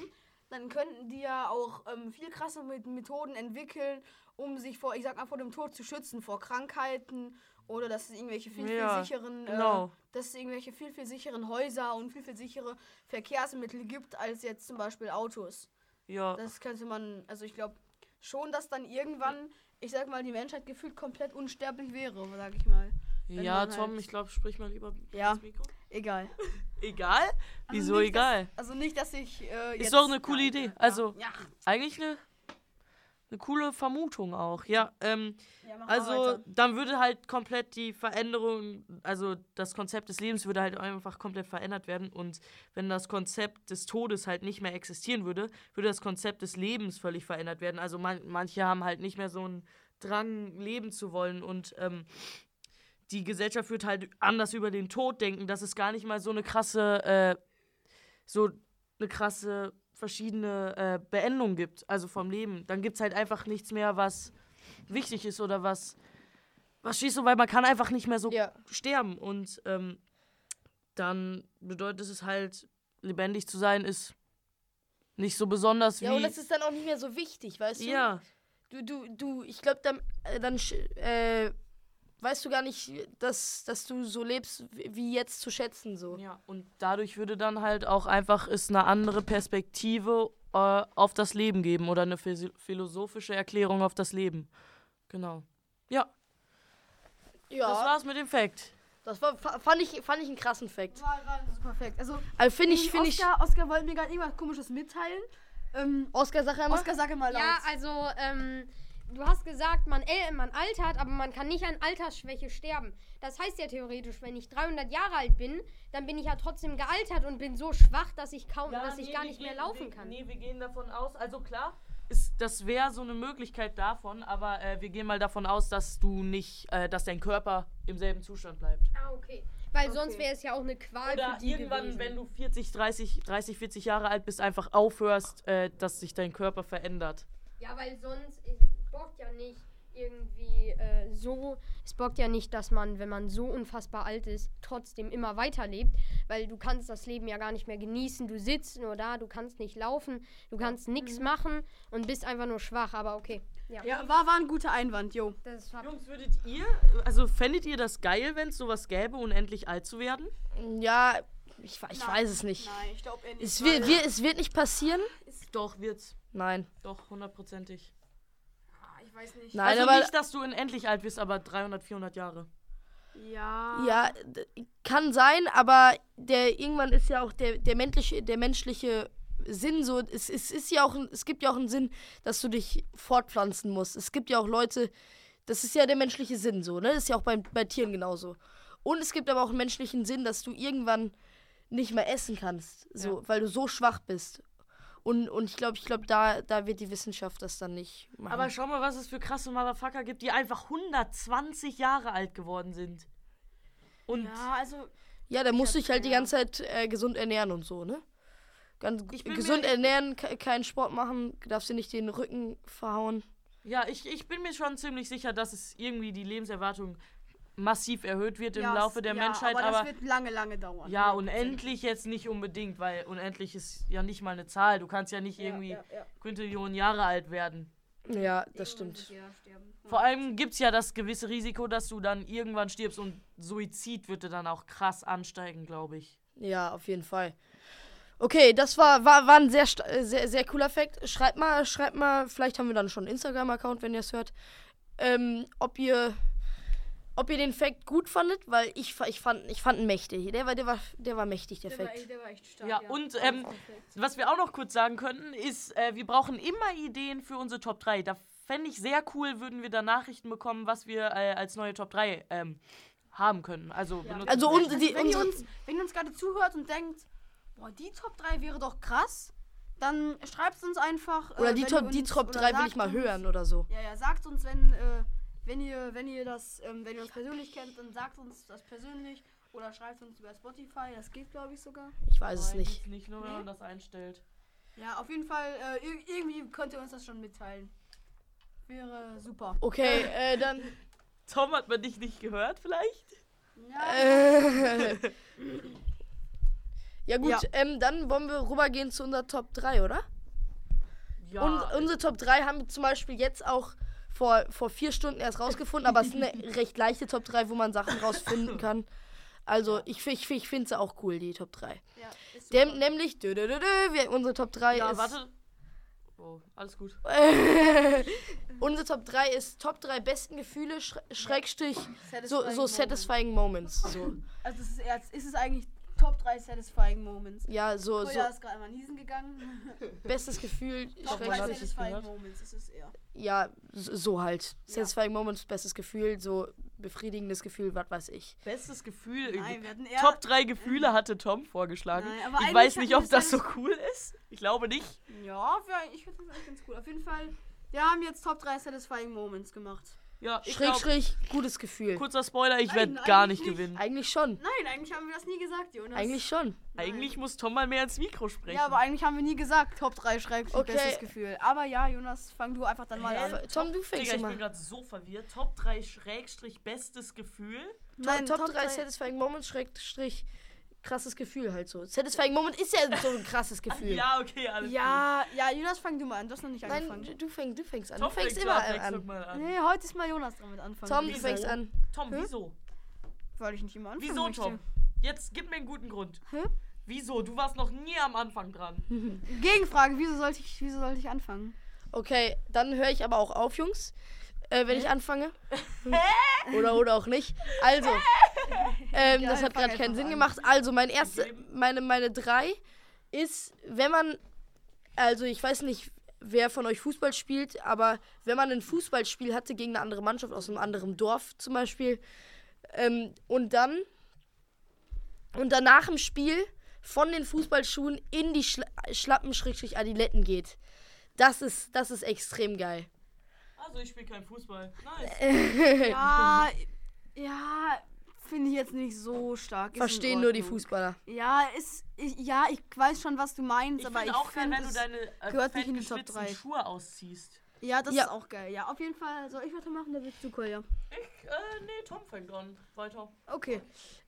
Speaker 3: dann könnten die ja auch ähm, viel krasse Met- Methoden entwickeln, um sich vor, ich sag mal, vor dem Tod zu schützen, vor Krankheiten oder dass es irgendwelche viel,
Speaker 2: Ja,
Speaker 3: viel sicheren, äh,
Speaker 2: genau.
Speaker 3: dass es irgendwelche viel, viel sicheren Häuser und viel, viel sichere Verkehrsmittel gibt, als jetzt zum Beispiel Autos.
Speaker 2: Ja.
Speaker 3: Das könnte man, also ich glaube schon, dass dann irgendwann, ich sag mal, die Menschheit gefühlt komplett unsterblich wäre, sag ich mal. wenn
Speaker 2: Ja,
Speaker 3: man
Speaker 2: Tom,
Speaker 3: halt-
Speaker 2: ich glaube, sprich mal lieber
Speaker 3: Ja.
Speaker 2: ins Mikro.
Speaker 3: Egal.
Speaker 2: Egal? Wieso
Speaker 3: nicht,
Speaker 2: egal?
Speaker 3: Dass, also nicht, dass ich. Äh, jetzt,
Speaker 2: doch eine coole
Speaker 3: Ja,
Speaker 2: Idee.
Speaker 3: Ja,
Speaker 2: Also-
Speaker 3: Ja,
Speaker 2: Eigentlich eine, eine coole Vermutung auch. Ja, ähm,
Speaker 3: ja mach also. Mal
Speaker 2: also
Speaker 3: weiter.
Speaker 2: dann würde halt komplett die Veränderung, also das Konzept des Lebens würde halt einfach komplett verändert werden. Und wenn das Konzept des Todes halt nicht mehr existieren würde, würde das Konzept des Lebens völlig verändert werden. Also man, manche haben halt nicht mehr so einen Drang, leben zu wollen und ähm, die Gesellschaft wird halt anders über den Tod denken, dass es gar nicht mal so eine krasse, äh, so eine krasse verschiedene äh, Beendung gibt, also vom Leben. Dann gibt es halt einfach nichts mehr, was wichtig ist oder was, was schießt, weil man kann einfach nicht mehr so
Speaker 1: Ja.
Speaker 2: sterben. Und ähm, dann bedeutet es halt, lebendig zu sein ist nicht so besonders wie...
Speaker 1: Ja, und das ist dann auch nicht mehr so wichtig, weißt du?
Speaker 2: ja,
Speaker 1: Du, du, du, ich glaube, dann, äh, dann sch- äh, weißt du gar nicht, dass, dass du so lebst wie wie jetzt zu schätzen, so.
Speaker 2: Ja, und dadurch würde dann halt auch einfach es eine andere Perspektive äh, auf das Leben geben oder eine phisi- philosophische Erklärung auf das Leben. Genau. Ja,
Speaker 1: Ja,
Speaker 2: das
Speaker 1: das war,
Speaker 2: war's mit dem Fact.
Speaker 1: fa- fand, ich, fand ich einen krassen Fact.
Speaker 3: War, war das ist perfekt. Also,
Speaker 1: Also finde ich, finde ich,
Speaker 3: Oscar, Oscar wollte mir gerade irgendwas komisches mitteilen. Ähm,
Speaker 1: Oscar-Sache einmal.
Speaker 3: Oscar, sag mal laut.
Speaker 4: Ja, also, ähm, du hast gesagt, man, äl- man altert, aber man kann nicht an Altersschwäche sterben. Das heißt ja theoretisch, wenn ich 300 Jahre alt bin, dann bin ich ja trotzdem gealtert und bin so schwach, dass ich kaum, dass ich gar nicht mehr laufen kann.
Speaker 2: Nee, wir gehen davon aus, also klar, ist, das wäre so eine Möglichkeit davon, aber äh, wir gehen mal davon aus, dass du nicht, äh, dass dein Körper im selben Zustand bleibt.
Speaker 4: Ah, okay. Weil sonst
Speaker 3: Okay.
Speaker 4: wäre es ja auch eine Qual
Speaker 2: Oder
Speaker 4: für die
Speaker 2: irgendwann,
Speaker 4: gewesen.
Speaker 2: wenn du 40, 30, 30, 40 Jahre alt bist, einfach aufhörst, äh, dass sich dein Körper verändert.
Speaker 4: Ja, weil sonst es bockt ja nicht irgendwie äh, so. Es bockt ja nicht, dass man, wenn man so unfassbar alt ist, trotzdem immer weiterlebt, weil du kannst das Leben ja gar nicht mehr genießen. Du sitzt nur da, du kannst nicht laufen, du kannst nichts machen und bist einfach nur schwach. Aber okay, ja,
Speaker 3: Ja, war, war ein guter Einwand, jo.
Speaker 4: das ist Fakt.
Speaker 2: Jungs, würdet ihr, also fändet ihr das geil, wenn es sowas gäbe, unendlich alt zu werden?
Speaker 1: Ja, ich, ich weiß es nicht.
Speaker 3: Nein, ich glaube nicht.
Speaker 1: Es wird, wir, es wird nicht passieren.
Speaker 2: Doch, wird's.
Speaker 1: Nein.
Speaker 2: Doch, hundertprozentig.
Speaker 3: Ich weiß nicht.
Speaker 1: Nein,
Speaker 2: also
Speaker 1: aber.
Speaker 2: nicht, dass du unendlich alt wirst, aber 300, 400 Jahre.
Speaker 3: Ja.
Speaker 1: ja, d- kann sein, aber der irgendwann ist ja auch der, der menschliche, der menschliche Sinn so. Es, es ist ja auch, ein- es gibt ja auch einen Sinn, dass du dich fortpflanzen musst. Es gibt ja auch Leute, das ist ja der menschliche Sinn so, ne? Das ist ja auch bei, bei Tieren genauso. Und es gibt aber auch einen menschlichen Sinn, dass du irgendwann nicht mehr essen kannst, so, weil du so schwach bist. Und, und ich glaube, ich glaube, da, da wird die Wissenschaft das dann nicht machen.
Speaker 2: Aber schau mal, was es für krasse Motherfucker gibt, die einfach 120 Jahre alt geworden sind. Und
Speaker 3: Ja, also.
Speaker 1: Ja, da musst du
Speaker 3: hab's
Speaker 1: dich halt die
Speaker 3: gehört.
Speaker 1: ganze Zeit äh, gesund ernähren und so, ne? Ganz
Speaker 2: Ich bin mir
Speaker 1: gesund
Speaker 2: nicht-
Speaker 1: ernähren, ke- keinen Sport machen, darfst dir nicht den Rücken verhauen.
Speaker 2: ja, ich, ich bin mir schon ziemlich sicher, dass es irgendwie die Lebenserwartung massiv erhöht wird im
Speaker 3: ja,
Speaker 2: Laufe der
Speaker 3: ja,
Speaker 2: Menschheit,
Speaker 3: aber.
Speaker 2: aber,
Speaker 3: das wird lange, lange dauern.
Speaker 2: ja, unendlich jetzt nicht unbedingt, weil unendlich ist ja nicht mal eine Zahl. Du kannst ja nicht irgendwie
Speaker 3: Ja, ja,
Speaker 2: Quintillionen Jahre alt werden.
Speaker 1: Ja, das stimmt.
Speaker 3: ja. Sterben.
Speaker 2: Vor allem gibt es ja das gewisse Risiko, dass du dann irgendwann stirbst und Suizid würde dann auch krass ansteigen, glaube ich.
Speaker 1: Ja, auf jeden Fall. Okay, das war, war, war ein sehr, sta- äh, sehr, sehr cooler Fact. Schreibt mal, schreibt mal, vielleicht haben wir dann schon einen Instagram-Account, wenn ihr es hört, ähm, ob ihr, ob ihr den Fact gut fandet, weil ich, fa- ich fand, ich fand ihn mächtig. Der war, der war, der war mächtig, der,
Speaker 3: Der war,
Speaker 1: Fact.
Speaker 3: echt- der war echt stark.
Speaker 2: Ja, und, ähm, Was wir auch noch kurz sagen könnten, ist, äh, wir brauchen immer Ideen für unsere Top 3. Da fände ich sehr cool, würden wir da Nachrichten bekommen, was wir äh, als neue Top 3 ähm, haben können. Also, benutzen
Speaker 1: Also
Speaker 2: können.
Speaker 1: unsere- die-
Speaker 3: wenn, ihr
Speaker 1: unsere-
Speaker 3: uns, wenn ihr uns gerade zuhört und denkt, boah, die Top 3 wäre doch krass, dann schreibt es uns einfach. äh,
Speaker 1: Oder die
Speaker 3: wenn ihr
Speaker 1: Top, die
Speaker 3: uns-
Speaker 1: Top
Speaker 3: oder
Speaker 1: 3 will
Speaker 3: sagt
Speaker 1: ich mal
Speaker 3: uns-
Speaker 1: hören oder so.
Speaker 3: Ja, ja, sagt uns, wenn, äh, wenn, ihr, wenn ihr das, ähm, wenn ihr uns persönlich kennt, dann sagt uns das persönlich oder schreibt uns über Spotify, das geht glaube ich sogar.
Speaker 1: Ich weiß es
Speaker 2: Nein,
Speaker 1: nicht.
Speaker 2: geht's nicht nur, wenn man das einstellt.
Speaker 3: Ja, auf jeden Fall, äh, ir- irgendwie könnt ihr uns das schon mitteilen. Wäre super.
Speaker 1: Okay, äh, dann.
Speaker 2: Tom, hat man dich nicht gehört vielleicht?
Speaker 3: Ja,
Speaker 1: Äh, Ja gut,
Speaker 3: Ja.
Speaker 1: Ähm, dann wollen wir rübergehen zu unserer Top 3, oder?
Speaker 2: Ja,
Speaker 1: Und unsere Top 3 haben wir zum Beispiel jetzt auch vor, vor vier Stunden erst rausgefunden, aber es ist eine recht leichte Top 3, wo man Sachen rausfinden kann. Also ich, fi- ich, fi- ich finde sie auch cool, die Top 3.
Speaker 3: Ja, ist super.
Speaker 1: Dem, nämlich, dö, dö, dö, dö, wir, unsere Top 3
Speaker 2: ja
Speaker 1: ist...
Speaker 2: warte. Oh, alles gut.
Speaker 1: unsere Top 3 ist Top 3 besten Gefühle, Schre- Schrägstrich, ne-, so,
Speaker 3: Oh, Satisfying
Speaker 1: so
Speaker 3: Moment.
Speaker 1: satisfying moments. So.
Speaker 3: Also es ist, ja, es ist eigentlich Top 3 Satisfying Moments.
Speaker 1: Ja, so,
Speaker 3: Oh
Speaker 1: so
Speaker 3: ja, ist gerade mal niesen gegangen.
Speaker 1: bestes Gefühl,
Speaker 3: Top
Speaker 2: weiß nicht,
Speaker 3: 3
Speaker 1: Schrägstrich,
Speaker 2: ich
Speaker 3: Satisfying
Speaker 2: gehört.
Speaker 3: Moments ist es eher.
Speaker 1: ja, so so halt.
Speaker 3: Ja.
Speaker 1: Satisfying Moments, bestes Gefühl, so befriedigendes Gefühl, was weiß ich.
Speaker 2: Bestes Gefühl.
Speaker 3: Nein, wir hatten eher...
Speaker 2: Top 3 Gefühle hatte Tom vorgeschlagen.
Speaker 3: Nein, aber
Speaker 2: ich
Speaker 3: eigentlich
Speaker 2: weiß nicht,
Speaker 3: hatten
Speaker 2: ob
Speaker 3: wir
Speaker 2: das so
Speaker 3: Satis-
Speaker 2: cool ist. Ich glaube nicht.
Speaker 3: Ja, wir- ich finde das eigentlich ganz cool. Auf jeden Fall, wir haben jetzt Top 3 Satisfying Moments gemacht.
Speaker 2: Ja, ich
Speaker 1: Schräg,
Speaker 2: glaub,
Speaker 1: schräg, gutes Gefühl.
Speaker 2: kurzer Spoiler, ich
Speaker 3: Nein,
Speaker 2: werde gar
Speaker 3: eigentlich
Speaker 2: nicht
Speaker 3: nicht.
Speaker 2: gewinnen.
Speaker 1: Eigentlich schon.
Speaker 3: Nein, eigentlich haben wir das nie gesagt, Jonas.
Speaker 1: Eigentlich schon.
Speaker 2: Eigentlich muss Tom mal mehr ins Mikro sprechen.
Speaker 3: Ja, aber eigentlich haben wir nie gesagt, Top 3 schreibt
Speaker 1: Okay.
Speaker 3: bestes Gefühl. Aber ja, Jonas, fang du einfach dann mal
Speaker 1: Äh,
Speaker 3: an.
Speaker 1: Tom, du fängst
Speaker 2: Digga, ich
Speaker 1: immer.
Speaker 2: bin gerade so verwirrt. Top 3 Schrägstrich bestes Gefühl.
Speaker 1: Nein, Top, 3 Satisfying Moment, Schrägstrich, krasses Gefühl halt so. Satisfying Moment ist ja so ein krasses Gefühl.
Speaker 2: Ah, Ja, okay, alles
Speaker 3: Ja, ja, Jonas, fang du mal an. Du hast noch nicht
Speaker 1: Nein,
Speaker 3: angefangen.
Speaker 1: du- du fängst, du fängst
Speaker 2: gut.
Speaker 1: an.
Speaker 2: Tom
Speaker 1: du fängst
Speaker 2: fängt
Speaker 1: immer
Speaker 2: zur Abwechslung
Speaker 1: an.
Speaker 2: Mal an.
Speaker 3: nee, heute ist mal Jonas dran mit anfangen.
Speaker 1: Tom, du
Speaker 2: Wieso?
Speaker 1: fängst an.
Speaker 2: Tom,
Speaker 3: Hä?
Speaker 2: wieso?
Speaker 3: Weil ich nicht immer anfangen
Speaker 2: Wieso,
Speaker 3: möchte.
Speaker 2: Tom? Jetzt gib mir einen guten Grund.
Speaker 3: Hä?
Speaker 2: Wieso? Du warst noch nie am Anfang dran.
Speaker 3: Gegenfrage, wieso sollte ich, wieso sollte ich anfangen?
Speaker 1: Okay, dann höre ich aber auch auf, Jungs. Äh, wenn ich anfange. oder oder auch nicht. Also, ähm,
Speaker 3: Ja,
Speaker 1: das
Speaker 3: dann
Speaker 1: hat
Speaker 3: fang
Speaker 1: gerade keinen
Speaker 3: einfach
Speaker 1: Sinn
Speaker 3: an.
Speaker 1: gemacht. Also, mein erste,
Speaker 2: Okay.
Speaker 1: meine, meine drei ist, wenn man, also ich weiß nicht, wer von euch Fußball spielt, aber wenn man ein Fußballspiel hatte gegen eine andere Mannschaft aus einem anderen Dorf zum Beispiel, ähm, und dann und danach im Spiel von den Fußballschuhen in die Schla Schlappen Schrägstrich Adiletten geht. Das ist, das ist extrem geil.
Speaker 2: Also, ich spiele keinen Fußball. Nice.
Speaker 3: Äh, Ja, ja, finde ich jetzt nicht so stark. Ist in
Speaker 1: Verstehen nur die
Speaker 3: Ordnung.
Speaker 1: Fußballer.
Speaker 3: Ja, ist, ich, ja, ich weiß schon, was du meinst,
Speaker 2: ich
Speaker 3: aber
Speaker 2: finde
Speaker 3: ich
Speaker 2: auch geil,
Speaker 3: find
Speaker 2: wenn du
Speaker 3: es-
Speaker 2: deine äh,
Speaker 3: gehört nicht in die Top
Speaker 2: fettgeschwitzten
Speaker 3: drei.
Speaker 2: Schuhe ausziehst.
Speaker 3: Ja, das
Speaker 1: Ja.
Speaker 3: ist auch geil. Ja, auf jeden Fall soll ich weitermachen, dann willst du Kolja.
Speaker 2: Ich, äh, nee, Tom fängt an. Weiter.
Speaker 3: Okay.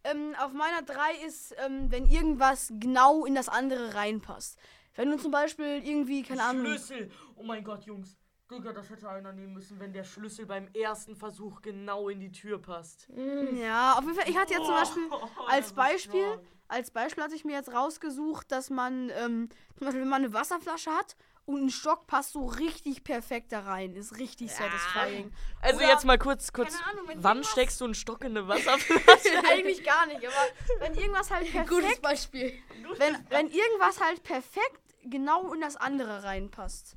Speaker 3: Ähm, auf meiner 3 ist, ähm, wenn irgendwas genau in das andere reinpasst. Wenn du zum Beispiel irgendwie, keine Ahnung.
Speaker 2: Schlüssel. Oh mein Gott, Jungs. Digga, das hätte einer nehmen müssen, wenn der Schlüssel beim ersten Versuch genau in die Tür passt.
Speaker 3: Ja, auf jeden Fall. Ich hatte jetzt zum
Speaker 2: Oh,
Speaker 3: Beispiel
Speaker 2: das
Speaker 3: als
Speaker 2: ist
Speaker 3: Beispiel,
Speaker 2: stark.
Speaker 3: als Beispiel hatte ich mir jetzt rausgesucht, dass man, ähm, zum Beispiel, wenn man eine Wasserflasche hat und ein Stock passt so richtig perfekt da rein. Ist richtig satisfying.
Speaker 2: Also
Speaker 3: Oder-
Speaker 2: jetzt mal kurz, kurz.
Speaker 3: Keine Ahnung, wenn
Speaker 2: wann
Speaker 3: irgendwas-
Speaker 2: steckst du einen Stock in eine Wasserflasche?
Speaker 3: Eigentlich gar nicht, aber wenn irgendwas halt perfekt,
Speaker 1: Beispiel.
Speaker 3: wenn, wenn irgendwas halt perfekt genau in das andere reinpasst.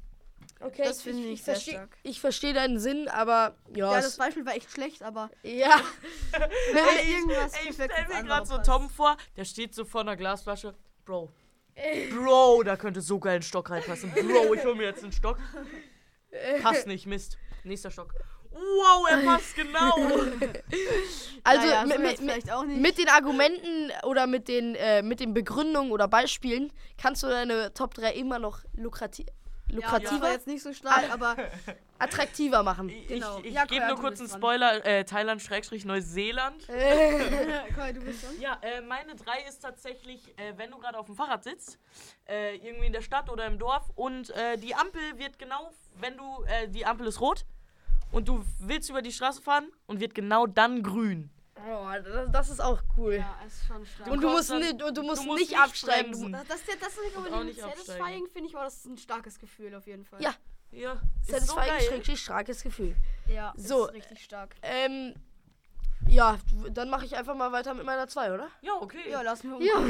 Speaker 1: Okay,
Speaker 3: Das finde ich sehr
Speaker 1: versteh-
Speaker 3: stark.
Speaker 1: Ich verstehe deinen Sinn, aber ja.
Speaker 3: Ja,
Speaker 1: es-
Speaker 3: das Beispiel war echt schlecht, aber
Speaker 1: ja.
Speaker 3: wenn halt irgendwas
Speaker 2: Ey, ich
Speaker 3: perfekt
Speaker 2: stell
Speaker 3: ins
Speaker 2: mir
Speaker 3: andere
Speaker 2: gerade so
Speaker 3: passt.
Speaker 2: Tom vor, der steht so vor einer Glasflasche. Bro. Bro, da könnte so geil ein Stock reinpassen. Bro, ich hol mir jetzt einen Stock. Passt nicht, Mist. Nächster Stock. Wow, er passt genau.
Speaker 1: Also
Speaker 3: Naja, so
Speaker 1: mit,
Speaker 3: jetzt
Speaker 1: mit,
Speaker 3: vielleicht auch nicht.
Speaker 1: mit den Argumenten oder mit den, äh, mit den Begründungen oder Beispielen kannst du deine Top 3 immer noch lukrati
Speaker 3: ja, das war
Speaker 1: lukrativer, Ah.
Speaker 3: jetzt nicht so stark, aber
Speaker 1: attraktiver machen.
Speaker 2: Ich,
Speaker 3: Genau.
Speaker 2: ich, ich
Speaker 3: Ja,
Speaker 2: gebe
Speaker 3: Koya,
Speaker 2: nur
Speaker 3: du
Speaker 2: kurz einen
Speaker 3: bist dran.
Speaker 2: Spoiler. Äh, Thailand-Neuseeland.
Speaker 3: Kai, du bist dran.
Speaker 2: Ja, äh, meine drei ist tatsächlich, äh, wenn du gerade auf dem Fahrrad sitzt, äh, irgendwie in der Stadt oder im Dorf und äh, die Ampel wird genau, wenn du, äh, die Ampel ist rot und du willst über die Straße fahren und wird genau dann grün.
Speaker 1: Oh, das, das ist auch cool.
Speaker 3: Ja, ist schon stark.
Speaker 1: Und du
Speaker 2: kommst
Speaker 1: musst,
Speaker 2: dann-
Speaker 1: nicht, und du musst,
Speaker 2: du musst
Speaker 1: nicht,
Speaker 2: nicht
Speaker 1: absteigen.
Speaker 2: bremsen.
Speaker 1: Du
Speaker 3: das, das, das, das ist
Speaker 2: auch
Speaker 3: aber
Speaker 2: nicht
Speaker 3: nicht
Speaker 2: absteigen.
Speaker 3: satisfying, finde ich, aber das ist ein starkes Gefühl auf jeden Fall.
Speaker 1: Ja.
Speaker 2: Ja,
Speaker 1: musst-
Speaker 2: ist so
Speaker 1: Satisfying,
Speaker 2: geil.
Speaker 1: schrägstrich, starkes Gefühl.
Speaker 3: ja
Speaker 1: So.
Speaker 3: ist richtig stark.
Speaker 1: Ähm, ja, w- dann mache ich einfach mal weiter mit meiner 2, oder?
Speaker 2: Ja, okay.
Speaker 3: Ja, lass mir
Speaker 1: Ja.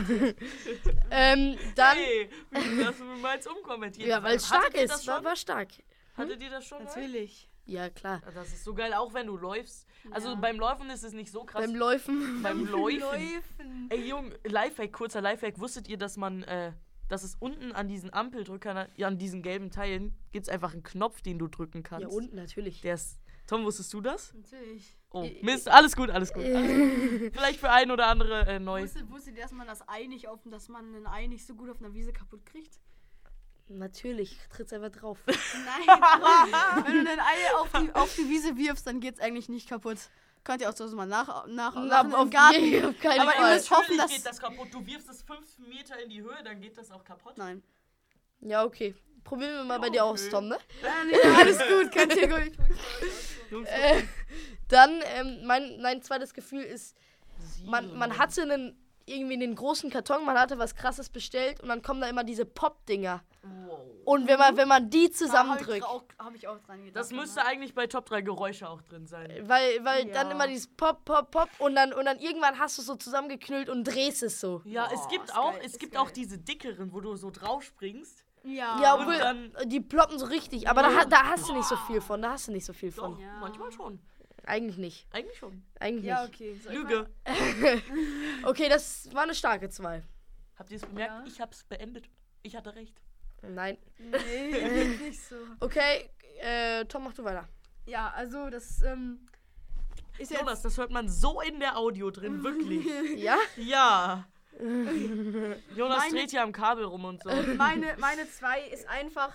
Speaker 1: ähm, dann.
Speaker 2: Hey, wie hast du mir mal jetzt umkommentiert?
Speaker 1: Ja, weil es stark
Speaker 2: Hattet ihr das
Speaker 1: ist. War,
Speaker 2: schon?
Speaker 1: war stark.
Speaker 2: Hattet ihr das schon? mal?
Speaker 3: Natürlich.
Speaker 1: Ja, klar.
Speaker 2: Ja, Das ist so geil, auch wenn du läufst. Also
Speaker 3: Ja.
Speaker 2: beim Laufen ist es nicht so krass.
Speaker 1: Beim Läufen.
Speaker 2: beim Läufen.
Speaker 3: Läufen.
Speaker 2: Ey, Jung, Lifehack, kurzer Lifehack. Wusstet ihr, dass man, äh, dass es unten an diesen Ampeldrückern, ja, an diesen gelben Teilen, gibt es einfach einen Knopf, den du drücken kannst?
Speaker 1: Ja, unten natürlich.
Speaker 2: Der ist. Tom, wusstest du das?
Speaker 3: Natürlich.
Speaker 2: Oh,
Speaker 1: Äh,
Speaker 2: Mist, alles gut, alles gut.
Speaker 3: äh.
Speaker 2: Alles gut. Vielleicht für einen oder andere äh, neu.
Speaker 3: Wusstet, wusstet ihr, dass man das Ei nicht auf, dass man ein Ei nicht so gut auf einer Wiese kaputt kriegt?
Speaker 1: Natürlich. Tritt's einfach drauf.
Speaker 3: Nein, aber wenn du dein Ei auf die, auf die Wiese wirfst, dann geht's eigentlich nicht kaputt. Könnt ihr auch so mal nach, nach,
Speaker 1: Na,
Speaker 3: nach
Speaker 1: auf
Speaker 3: im Garten.
Speaker 1: jeden- auf keinen
Speaker 3: Aber ihr
Speaker 1: Fall.
Speaker 3: müsst hoffen,
Speaker 2: Natürlich
Speaker 3: dass-
Speaker 2: geht das kaputt. Du wirfst es fünf Meter in die Höhe, dann geht das auch kaputt.
Speaker 3: Nein.
Speaker 1: Ja, okay. Probieren wir mal bei dir aus, Tom, ne?
Speaker 3: alles gut, könnt ihr ruhig.
Speaker 2: Jungs,
Speaker 1: Äh, dann, ähm, mein, mein zweites Gefühl ist,
Speaker 2: sieben
Speaker 1: man, man
Speaker 2: oder
Speaker 1: hatte einen, irgendwie einen großen Karton, man hatte was krasses bestellt und dann kommen da immer diese Pop-Dinger.
Speaker 2: so. Wow.
Speaker 1: Und wenn man, wenn man die
Speaker 3: Habe ich,
Speaker 1: zusammendrückt,
Speaker 3: dra- auch- hab ich auch dran gedacht. ne?
Speaker 2: Das müsste eigentlich bei Top 3 Geräusche auch drin
Speaker 3: Äh,
Speaker 2: sein.
Speaker 1: weil, weil
Speaker 3: Ja.
Speaker 1: dann immer dieses Pop, Pop, Pop und dann, und dann irgendwann hast du es so zusammengeknüllt und drehst es so.
Speaker 2: Ja,
Speaker 3: Boah,
Speaker 2: es gibt
Speaker 3: ist
Speaker 2: auch,
Speaker 3: geil,
Speaker 2: es
Speaker 3: ist
Speaker 2: gibt
Speaker 3: geil.
Speaker 2: auch diese dickeren, wo du so drauf springst.
Speaker 3: Ja.
Speaker 1: Ja,
Speaker 2: und
Speaker 1: obwohl,
Speaker 2: dann-
Speaker 1: die ploppen so richtig, aber da, ha- da hast du nicht so viel von, da hast du nicht so viel
Speaker 2: Doch,
Speaker 1: von.
Speaker 3: Ja.
Speaker 2: manchmal schon.
Speaker 1: Eigentlich nicht,
Speaker 2: Eigentlich schon.
Speaker 1: eigentlich
Speaker 3: ja,
Speaker 1: nicht.
Speaker 3: okay. Soll ich
Speaker 2: Lüge.
Speaker 1: Okay, das war eine starke 2.
Speaker 2: Habt ihr es bemerkt?
Speaker 3: Ja.
Speaker 2: Ich hab's beendet. Ich hatte recht.
Speaker 1: Nein.
Speaker 3: mal- Nee, nicht so.
Speaker 1: Okay, äh, Tom, mach du weiter.
Speaker 3: Ja, also das ähm, ist jetzt.
Speaker 2: Jonas, das hört man so in der Audio drin, wirklich.
Speaker 1: Ja?
Speaker 2: Ja. Jonas
Speaker 3: Meine-
Speaker 2: dreht hier am Kabel rum und so.
Speaker 3: Äh, meine, meine zwei ist einfach,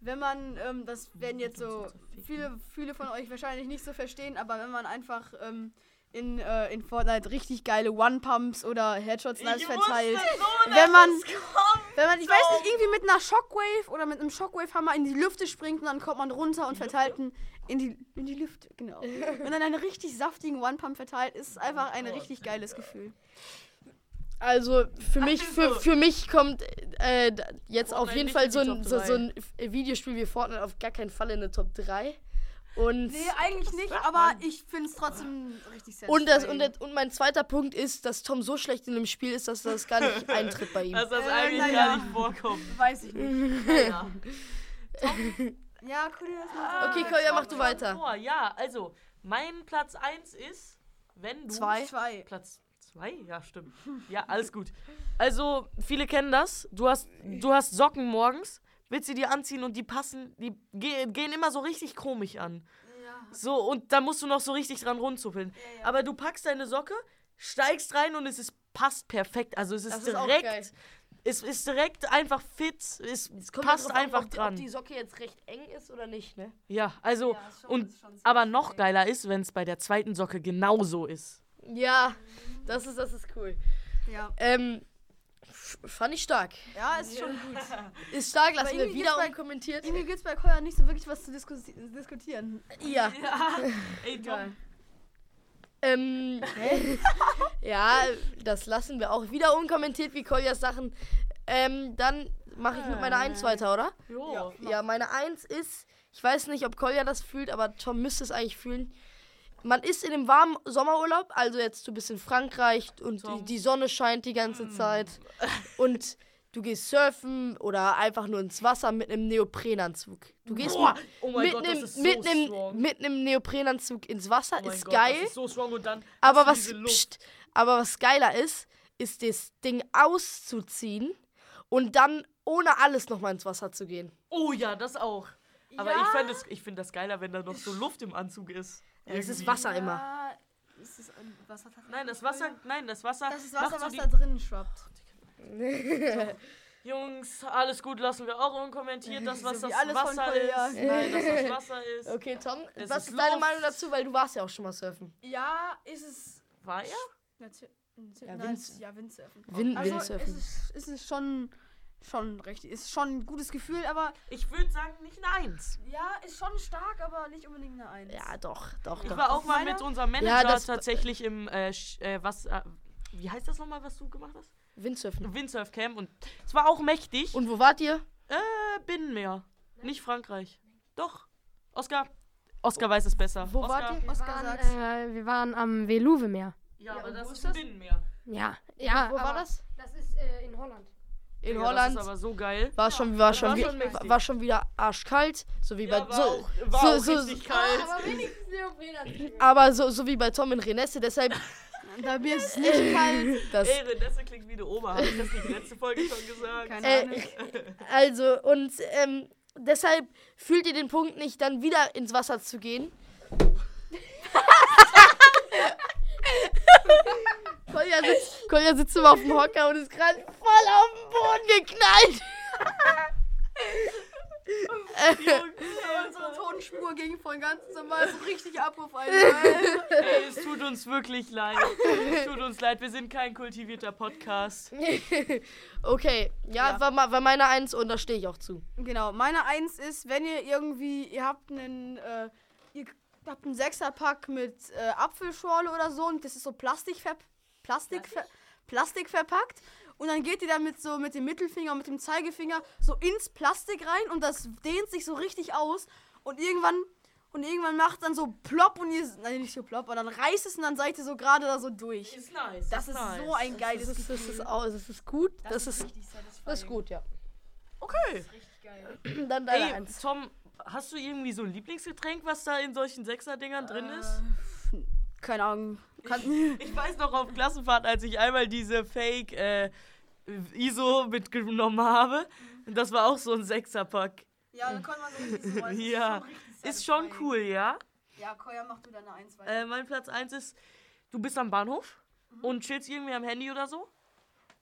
Speaker 3: wenn man, ähm, das werden jetzt so viele, viele von euch wahrscheinlich nicht so verstehen, aber wenn man einfach ähm, in, äh, in Fortnite richtig geile One-Pumps oder Headshot-Snipes
Speaker 2: Ich
Speaker 3: verteilt.
Speaker 2: wusste so, dass
Speaker 3: Wenn man,
Speaker 2: es kommt.
Speaker 3: wenn man, ich weiß nicht, irgendwie mit einer Shockwave oder mit einem Shockwave-Hammer in die Lüfte springt und dann kommt man runter und verteilt einen in die, in die Lüfte, genau. Und dann einen richtig saftigen One-Pump verteilt, ist einfach ein richtig geiles Gefühl.
Speaker 1: Also für mich, für,
Speaker 2: Also.
Speaker 1: für mich kommt äh, d- jetzt auf
Speaker 2: Fortnite
Speaker 1: jeden
Speaker 2: nicht
Speaker 1: Fall
Speaker 2: in die
Speaker 1: so ein,
Speaker 2: Top
Speaker 1: so, so ein äh, Videospiel wie Fortnite auf gar keinen Fall in der Top 3. Und,
Speaker 3: Nee, eigentlich nicht, aber ich finde es trotzdem richtig sehr
Speaker 1: und, das, und, das, und mein zweiter Punkt ist, dass Tom so schlecht in dem Spiel ist, dass das gar nicht eintritt bei ihm.
Speaker 2: Dass das
Speaker 3: Äh,
Speaker 2: eigentlich
Speaker 3: naja.
Speaker 2: gar nicht vorkommt.
Speaker 3: Weiß ich nicht.
Speaker 2: Naja.
Speaker 3: Ja, cool, das mal
Speaker 1: Okay, Kolja, mach du weiter.
Speaker 2: Oh, ja, also, mein Platz 1 ist, wenn du.
Speaker 3: Zwei.
Speaker 2: Platz 2? Ja, stimmt. Ja, alles gut. Also, viele kennen das. Du hast, du hast Socken morgens, willst sie dir anziehen und die passen, die ge gehen immer so richtig komisch an. So, und da musst du noch so richtig dran rumzuppeln. Aber du packst deine Socke, steigst rein und es ist, passt perfekt. Also, es ist
Speaker 1: Das ist auch
Speaker 2: direkt.
Speaker 1: geil.
Speaker 2: es ist direkt einfach fit, es passt einfach dran.
Speaker 1: Ob die Socke jetzt recht eng ist oder nicht, ne?
Speaker 2: Ja, also,
Speaker 3: Ja, ist schon-
Speaker 2: und,
Speaker 3: ist schon sehr
Speaker 2: aber noch geiler ist, wenn es bei der zweiten Socke genauso ist.
Speaker 1: Ja, das ist, das ist cool.
Speaker 3: Ja,
Speaker 1: Ähm, f- fand ich stark.
Speaker 3: ja ist schon gut.
Speaker 1: Ist stark,
Speaker 3: Aber
Speaker 1: lassen wir
Speaker 3: irgendwie
Speaker 1: wieder
Speaker 3: gibt's bei-
Speaker 1: unkommentiert.
Speaker 3: Irgendwie gibt es bei Koya nicht so wirklich was zu diskus- diskutieren.
Speaker 1: Ja.
Speaker 2: Ey,
Speaker 3: Egal.
Speaker 1: Ähm, ja, das lassen wir auch wieder unkommentiert wie Koljas Sachen. Ähm, dann mache ich mit meiner Eins
Speaker 2: Ah.
Speaker 1: weiter, oder?
Speaker 2: Jo.
Speaker 3: Ja.
Speaker 1: Ja, meine Eins ist, ich weiß nicht, ob Kolja das fühlt, aber Tom müsste es eigentlich fühlen. Man ist in dem warmen Sommerurlaub, also jetzt du bist in Frankreich und die,
Speaker 2: Tom.
Speaker 1: die Sonne scheint die
Speaker 2: Mm.
Speaker 1: ganze Zeit und du gehst surfen oder einfach nur ins Wasser mit einem Neoprenanzug. Du gehst
Speaker 2: Boah,
Speaker 1: mit-
Speaker 2: oh mein
Speaker 1: mit
Speaker 2: Gott,
Speaker 1: einem
Speaker 2: das ist so
Speaker 1: mit einem-
Speaker 2: strong.
Speaker 1: mit einem Neoprenanzug ins Wasser
Speaker 2: Oh mein
Speaker 1: ist
Speaker 2: Gott,
Speaker 1: geil.
Speaker 2: Das ist so strong und dann
Speaker 1: Aber
Speaker 2: hast
Speaker 1: was,
Speaker 2: du diese Luft.
Speaker 1: pst, aber was geiler ist, ist das Ding auszuziehen und dann ohne alles nochmal ins Wasser zu gehen.
Speaker 2: Oh ja, das auch. Aber
Speaker 3: Ja.
Speaker 2: ich fände es- ich finde das geiler, wenn da noch so Luft im Anzug ist.
Speaker 1: Ja, es ist
Speaker 2: Irgendwie.
Speaker 1: Wasser immer.
Speaker 3: Ja, ist es ein Wasser
Speaker 2: Nein, das Wasser, nein, das Wasser.
Speaker 3: Das ist Wasser,
Speaker 2: macht so
Speaker 3: was
Speaker 2: die,
Speaker 3: da drin schwappt.
Speaker 2: Jungs, alles gut, lassen wir auch unkommentiert, das was
Speaker 3: So wie
Speaker 2: das
Speaker 3: alles von
Speaker 2: Wasser
Speaker 3: Kolja.
Speaker 2: ist. Nein, das was Wasser ist.
Speaker 1: Okay, Tom,
Speaker 2: Es
Speaker 1: was
Speaker 2: ist
Speaker 1: ist deine
Speaker 2: Luft.
Speaker 1: Meinung dazu? Weil du warst ja auch schon mal surfen.
Speaker 3: Ja, ist es.
Speaker 2: War er?
Speaker 3: Natu
Speaker 1: Ja,
Speaker 3: ja, Wind
Speaker 1: Windsurfen.
Speaker 3: ja, Windsurfen.
Speaker 1: Wind,
Speaker 3: Also, es
Speaker 1: Windsurfen.
Speaker 3: ist, es ist schon. Schon richtig. Ist schon ein gutes Gefühl, aber.
Speaker 2: Ich würde sagen, nicht eine Eins.
Speaker 3: Ja, ist schon stark, aber nicht unbedingt eine Eins.
Speaker 1: Ja, doch, doch,
Speaker 2: Ich
Speaker 1: doch.
Speaker 2: war auch mal
Speaker 3: meiner?
Speaker 2: mit unserem Manager
Speaker 1: das-
Speaker 2: tatsächlich im, äh, Sch- äh, was, äh, wie heißt das nochmal, was du gemacht hast?
Speaker 1: Windsurfen.
Speaker 2: Windsurf Camp und es war auch mächtig.
Speaker 1: Und wo wart ihr?
Speaker 2: äh, Binnenmeer, nicht Frankreich. Doch, Oskar. Oskar weiß es besser.
Speaker 1: Wo
Speaker 2: Oskar.
Speaker 1: wart ihr?
Speaker 4: Wir
Speaker 3: Oskar
Speaker 4: waren,
Speaker 3: sagt's.
Speaker 4: äh, wir waren am Veluwemeer.
Speaker 2: Ja,
Speaker 3: Ja,
Speaker 2: aber
Speaker 3: und
Speaker 2: das
Speaker 3: wo
Speaker 2: ist
Speaker 3: ist das?
Speaker 2: Binnenmeer.
Speaker 4: Ja, ja.
Speaker 1: Wo war
Speaker 4: aber-
Speaker 1: das?
Speaker 4: Das ist äh, in Holland.
Speaker 1: In
Speaker 2: Digga,
Speaker 1: Holland.
Speaker 2: Das ist aber so geil.
Speaker 1: War schon, war,
Speaker 2: das
Speaker 1: schon,
Speaker 2: war
Speaker 1: wie-
Speaker 2: schon mächtig.
Speaker 1: war schon wieder arschkalt, so wie bei
Speaker 2: Ja, war
Speaker 1: so,
Speaker 2: auch, war
Speaker 1: so,
Speaker 2: auch
Speaker 1: so,
Speaker 2: richtig kalt.
Speaker 4: Aber wenigstens Neoprenanzug.
Speaker 1: aber so, so wie bei Tom in Renesse, deshalb
Speaker 3: Da mir ist es nicht kalt.
Speaker 1: das
Speaker 2: Ey, Renesse klingt wie eine Oma. Habe ich das nicht letzte Folge schon gesagt?
Speaker 3: Keine
Speaker 1: Äh,
Speaker 3: Ahnung.
Speaker 1: Also, und ähm, deshalb fühlt ihr den Punkt nicht, dann wieder ins Wasser zu gehen. Kolja sitzt, Kolja sitzt immer auf dem Hocker und ist gerade voll auf den Boden geknallt.
Speaker 2: Jungs, ey,
Speaker 3: Unsere Tonspur ging von ganz normal so richtig ab auf einmal.
Speaker 2: Ey, es tut uns wirklich leid. Es tut uns leid, wir sind kein kultivierter Podcast.
Speaker 1: okay, ja,
Speaker 3: Ja.
Speaker 1: War, ma- war meine Eins und da stehe ich auch zu.
Speaker 3: genau, meine Eins ist, wenn ihr irgendwie, ihr habt einen, äh, ihr habt einen Sechserpack mit äh, Apfelschorle oder so und das ist so Plastik, ver Plastik, ver Plastik verpackt. Und dann geht ihr damit so mit dem Mittelfinger und mit dem Zeigefinger so ins Plastik rein und das dehnt sich so richtig aus. Und irgendwann, und irgendwann macht dann so plopp und ihr, nein, nicht so plopp, aber dann reißt es und dann seid ihr so gerade da so durch.
Speaker 2: Ist nice.
Speaker 3: Das ist
Speaker 2: nice.
Speaker 3: so ein geiles
Speaker 1: Das ist, das
Speaker 3: Gefühl.
Speaker 1: ist, au- das ist gut. Das, ist,
Speaker 4: richtig satisfying.
Speaker 1: das ist gut, ja.
Speaker 2: Okay.
Speaker 4: Richtig geil.
Speaker 1: Dann deine
Speaker 2: Ey,
Speaker 1: Eins.
Speaker 2: Tom, hast du irgendwie so ein Lieblingsgetränk, was da in solchen Sechser-Dingern drin ist?
Speaker 3: Keine Ahnung. Kann,
Speaker 2: Ich weiß noch auf Klassenfahrt, als ich einmal diese Fake äh, ISO mitgenommen habe. Und das war auch so ein Sechserpack.
Speaker 3: Ja, dann konnte man so richtig so rollen.
Speaker 2: Ja, Ist schon cool, ja?
Speaker 3: Ja, Koya, mach du deine Eins weiter.
Speaker 2: Äh, mein Platz 1 ist, du bist am Bahnhof und chillst irgendwie am Handy oder so.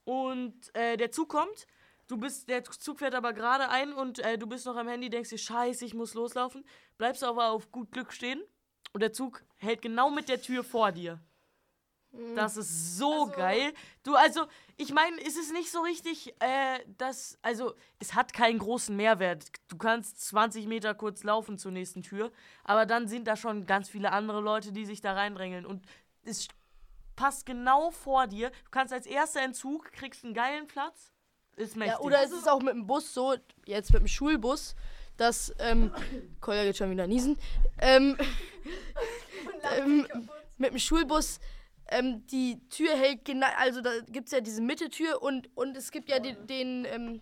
Speaker 2: Und äh, der Zug kommt. Du bist, der Zug fährt aber gerade ein und äh, du bist noch am Handy, denkst dir, scheiße, ich muss loslaufen. Bleibst aber auf gut Glück stehen und der Zug hält genau mit der Tür vor dir. Das ist so
Speaker 3: Also-
Speaker 2: geil. Du, also, ich meine, es ist nicht so richtig, äh, dass, also, es hat keinen großen Mehrwert. Du kannst 20 Meter kurz laufen zur nächsten Tür, aber dann sind da schon ganz viele andere Leute, die sich da reindrängeln. Und es passt genau vor dir. Du kannst als erster in Zug, kriegst einen geilen Platz. Ist mächtig.
Speaker 1: Ja, oder es ist auch mit dem Bus so, jetzt mit dem Schulbus, dass, ähm, Kolja geht schon wieder niesen, ähm, ähm, mit dem Schulbus, ähm, die Tür hält genau, also da gibt es ja diese Mitteltür und, und es gibt ja den, den ähm,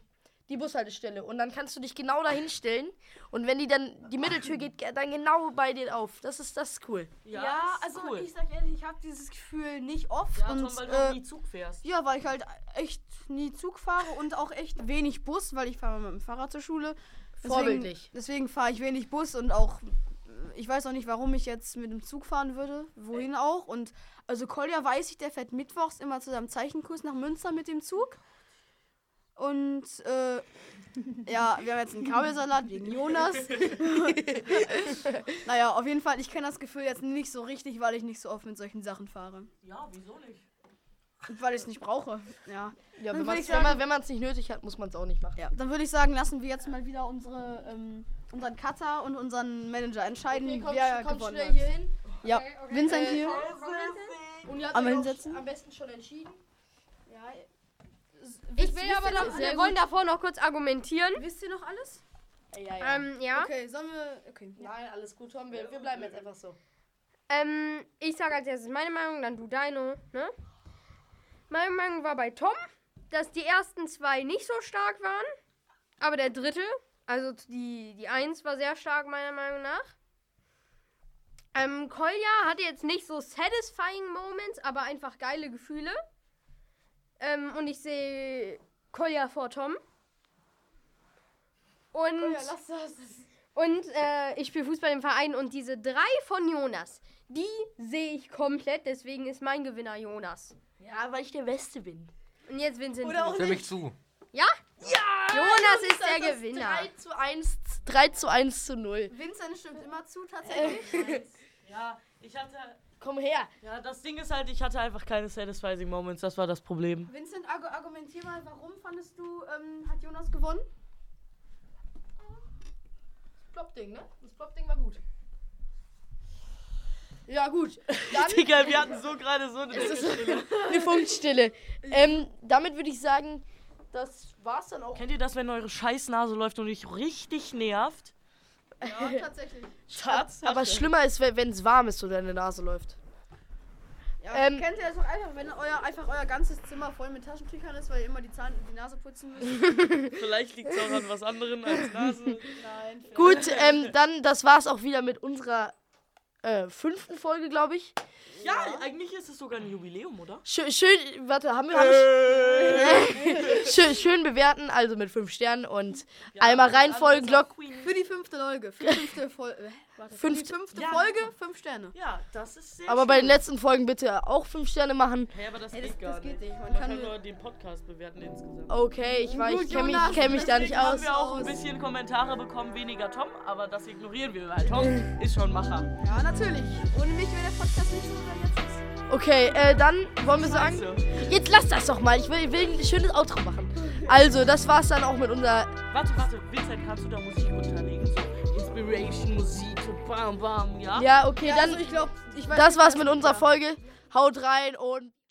Speaker 1: die Bushaltestelle und dann kannst du dich genau da hinstellen und wenn die dann, die Mitteltür geht ge- dann genau bei dir auf, das ist, das ist cool.
Speaker 3: ja,
Speaker 2: ist
Speaker 3: also ich sag ehrlich, ich habe dieses Gefühl nicht oft.
Speaker 2: ja,
Speaker 3: und,
Speaker 2: Tom, weil du
Speaker 3: äh,
Speaker 2: nie Zug fährst.
Speaker 3: ja, weil ich halt echt nie Zug fahre und auch echt wenig Bus, weil ich fahre mit dem Fahrrad zur Schule. Deswegen-
Speaker 1: Vorbildlich.
Speaker 3: Deswegen fahre ich wenig Bus und auch, äh, ich weiß auch nicht, warum ich jetzt mit dem Zug fahren würde, wohin auch. Und also Kolja weiß ich, der fährt mittwochs immer zu seinem Zeichenkurs nach Münster mit dem Zug. Und äh, ja, wir haben jetzt einen Kabelsalat wegen Jonas. naja, auf jeden Fall, ich kenne das Gefühl jetzt nicht so richtig, weil ich nicht so oft mit solchen Sachen fahre.
Speaker 2: Ja, wieso nicht?
Speaker 3: Und weil ich es nicht brauche. Ja.
Speaker 1: Ja,
Speaker 3: Dann
Speaker 1: wenn,
Speaker 3: würd
Speaker 1: man's,
Speaker 3: ich
Speaker 1: wenn
Speaker 3: sagen-
Speaker 1: man es nicht nötig hat, muss man es auch nicht machen.
Speaker 3: Ja, dann würde ich sagen, lassen wir jetzt mal wieder unsere, ähm, unseren Cutter und unseren Manager entscheiden, wer gewonnen hat.
Speaker 1: hin.
Speaker 3: Ja,
Speaker 4: Okay, okay.
Speaker 3: Vincent
Speaker 1: Äh,
Speaker 3: hier.
Speaker 1: Und ihr habt
Speaker 3: Einmal
Speaker 1: euch auch
Speaker 3: hinsetzen.
Speaker 1: am besten schon entschieden.
Speaker 4: Ich will aber noch, wir wollen davor noch kurz argumentieren.
Speaker 3: Wisst ihr noch alles?
Speaker 1: Ja,
Speaker 4: Ähm, ja.
Speaker 3: Okay, sollen wir. Okay.
Speaker 1: Nein, alles gut, Tom. Wir, wir bleiben jetzt einfach so.
Speaker 4: Ähm, ich sage als erstes meine Meinung, dann du deine, ne? Meine Meinung war bei Tom, dass die ersten zwei nicht so stark waren, aber der dritte, also die, die Eins war sehr stark, meiner Meinung nach. Ähm, Kolja hatte jetzt nicht so satisfying Moments, aber einfach geile Gefühle. Ähm, und ich sehe Kolja vor Tom. Und
Speaker 3: das.
Speaker 4: und äh, ich spiele Fußball im Verein und diese drei von Jonas, die sehe ich komplett, deswegen ist mein Gewinner Jonas.
Speaker 1: Ja, weil ich der Beste bin.
Speaker 4: Und jetzt Vincent.
Speaker 3: Oder
Speaker 4: du.
Speaker 3: auch
Speaker 5: Stimme ich zu.
Speaker 4: ja? Ja! Jonas ist der Gewinner.
Speaker 1: 3 zu 1, 3 zu 1 zu 0.
Speaker 3: Vincent stimmt immer zu, tatsächlich.
Speaker 2: Ja, ich hatte.
Speaker 1: Komm her.
Speaker 2: Ja, das Ding ist halt, ich hatte einfach keine satisfying Moments, das war das Problem.
Speaker 3: Vincent, argu argumentier mal, warum fandest du, ähm, hat Jonas gewonnen?
Speaker 1: Das Plopding, ne? Das Plopding war gut. Ja, gut. Dann
Speaker 2: Digga, wir hatten so gerade so eine Stille.
Speaker 1: eine Funkstille. Ähm, damit würde ich sagen, das war's dann auch.
Speaker 2: Kennt ihr das, wenn eure Scheißnase läuft und euch richtig nervt?
Speaker 3: Ja, tatsächlich.
Speaker 2: Schatz,
Speaker 1: Aber schlimmer ist, wenn es warm ist oder deine Nase läuft.
Speaker 3: Ja,
Speaker 1: Ähm,
Speaker 3: kennt ihr das doch einfach, wenn euer, einfach euer ganzes Zimmer voll mit Taschentüchern ist, weil ihr immer die, Zahn die Nase putzen müsst?
Speaker 2: Vielleicht liegt es auch an was anderem als Nase.
Speaker 3: Nein, vielleicht.
Speaker 1: Gut, ähm, dann das war's auch wieder mit unserer äh, fünften Folge, glaube ich.
Speaker 2: Ja, eigentlich ist es sogar ein Jubiläum, oder?
Speaker 1: Schön, schön, warte, haben wir, haben wir schön, schön bewerten, also mit fünf Sternen und einmal reinfolgen, Glock,
Speaker 2: Queen.
Speaker 3: Für die fünfte Folge. Für die fünfte Folge. Warte,
Speaker 1: Fünf-
Speaker 3: die fünfte
Speaker 2: Ja.
Speaker 3: Folge, fünf Sterne.
Speaker 2: Ja, das ist sehr
Speaker 1: Aber bei den
Speaker 2: schön.
Speaker 1: letzten Folgen bitte auch 5 Sterne machen.
Speaker 2: Hä, aber das,
Speaker 3: Hey,
Speaker 2: geht
Speaker 3: das-
Speaker 2: gar
Speaker 3: das geht
Speaker 2: nicht.
Speaker 3: nicht. Man
Speaker 2: Man
Speaker 3: kann
Speaker 2: kann
Speaker 3: nur-
Speaker 2: nur den Podcast bewerten insgesamt.
Speaker 1: Okay, ich weiß,
Speaker 3: Gut,
Speaker 1: ich kenne mich,
Speaker 3: Jonas,
Speaker 1: ich kenn mich da Oh,
Speaker 3: deswegen
Speaker 1: nicht
Speaker 2: haben
Speaker 1: aus.
Speaker 2: wir auch ein bisschen Kommentare bekommen, weniger Tom, aber das ignorieren wir, weil Tom ist schon Macher.
Speaker 3: Ja, natürlich. Ohne mich wäre der Podcast nicht so, wie er jetzt ist.
Speaker 1: Okay, äh, dann wollen wir sagen,
Speaker 2: Scheiße.
Speaker 1: jetzt lass das doch mal. Ich will, will ein schönes Outro machen. Also, das war's dann auch mit unserer
Speaker 2: Warte, warte, Vincent, kannst du da Musik unterlegen? So Inspiration, Musik, so bam, bam, ja?
Speaker 1: Ja, okay,
Speaker 3: Ja,
Speaker 1: dann
Speaker 3: also ich glaube, ich weiß
Speaker 1: das
Speaker 3: nicht,
Speaker 1: war's
Speaker 3: was-
Speaker 1: mit unserer
Speaker 3: ja.
Speaker 1: Folge. Haut rein und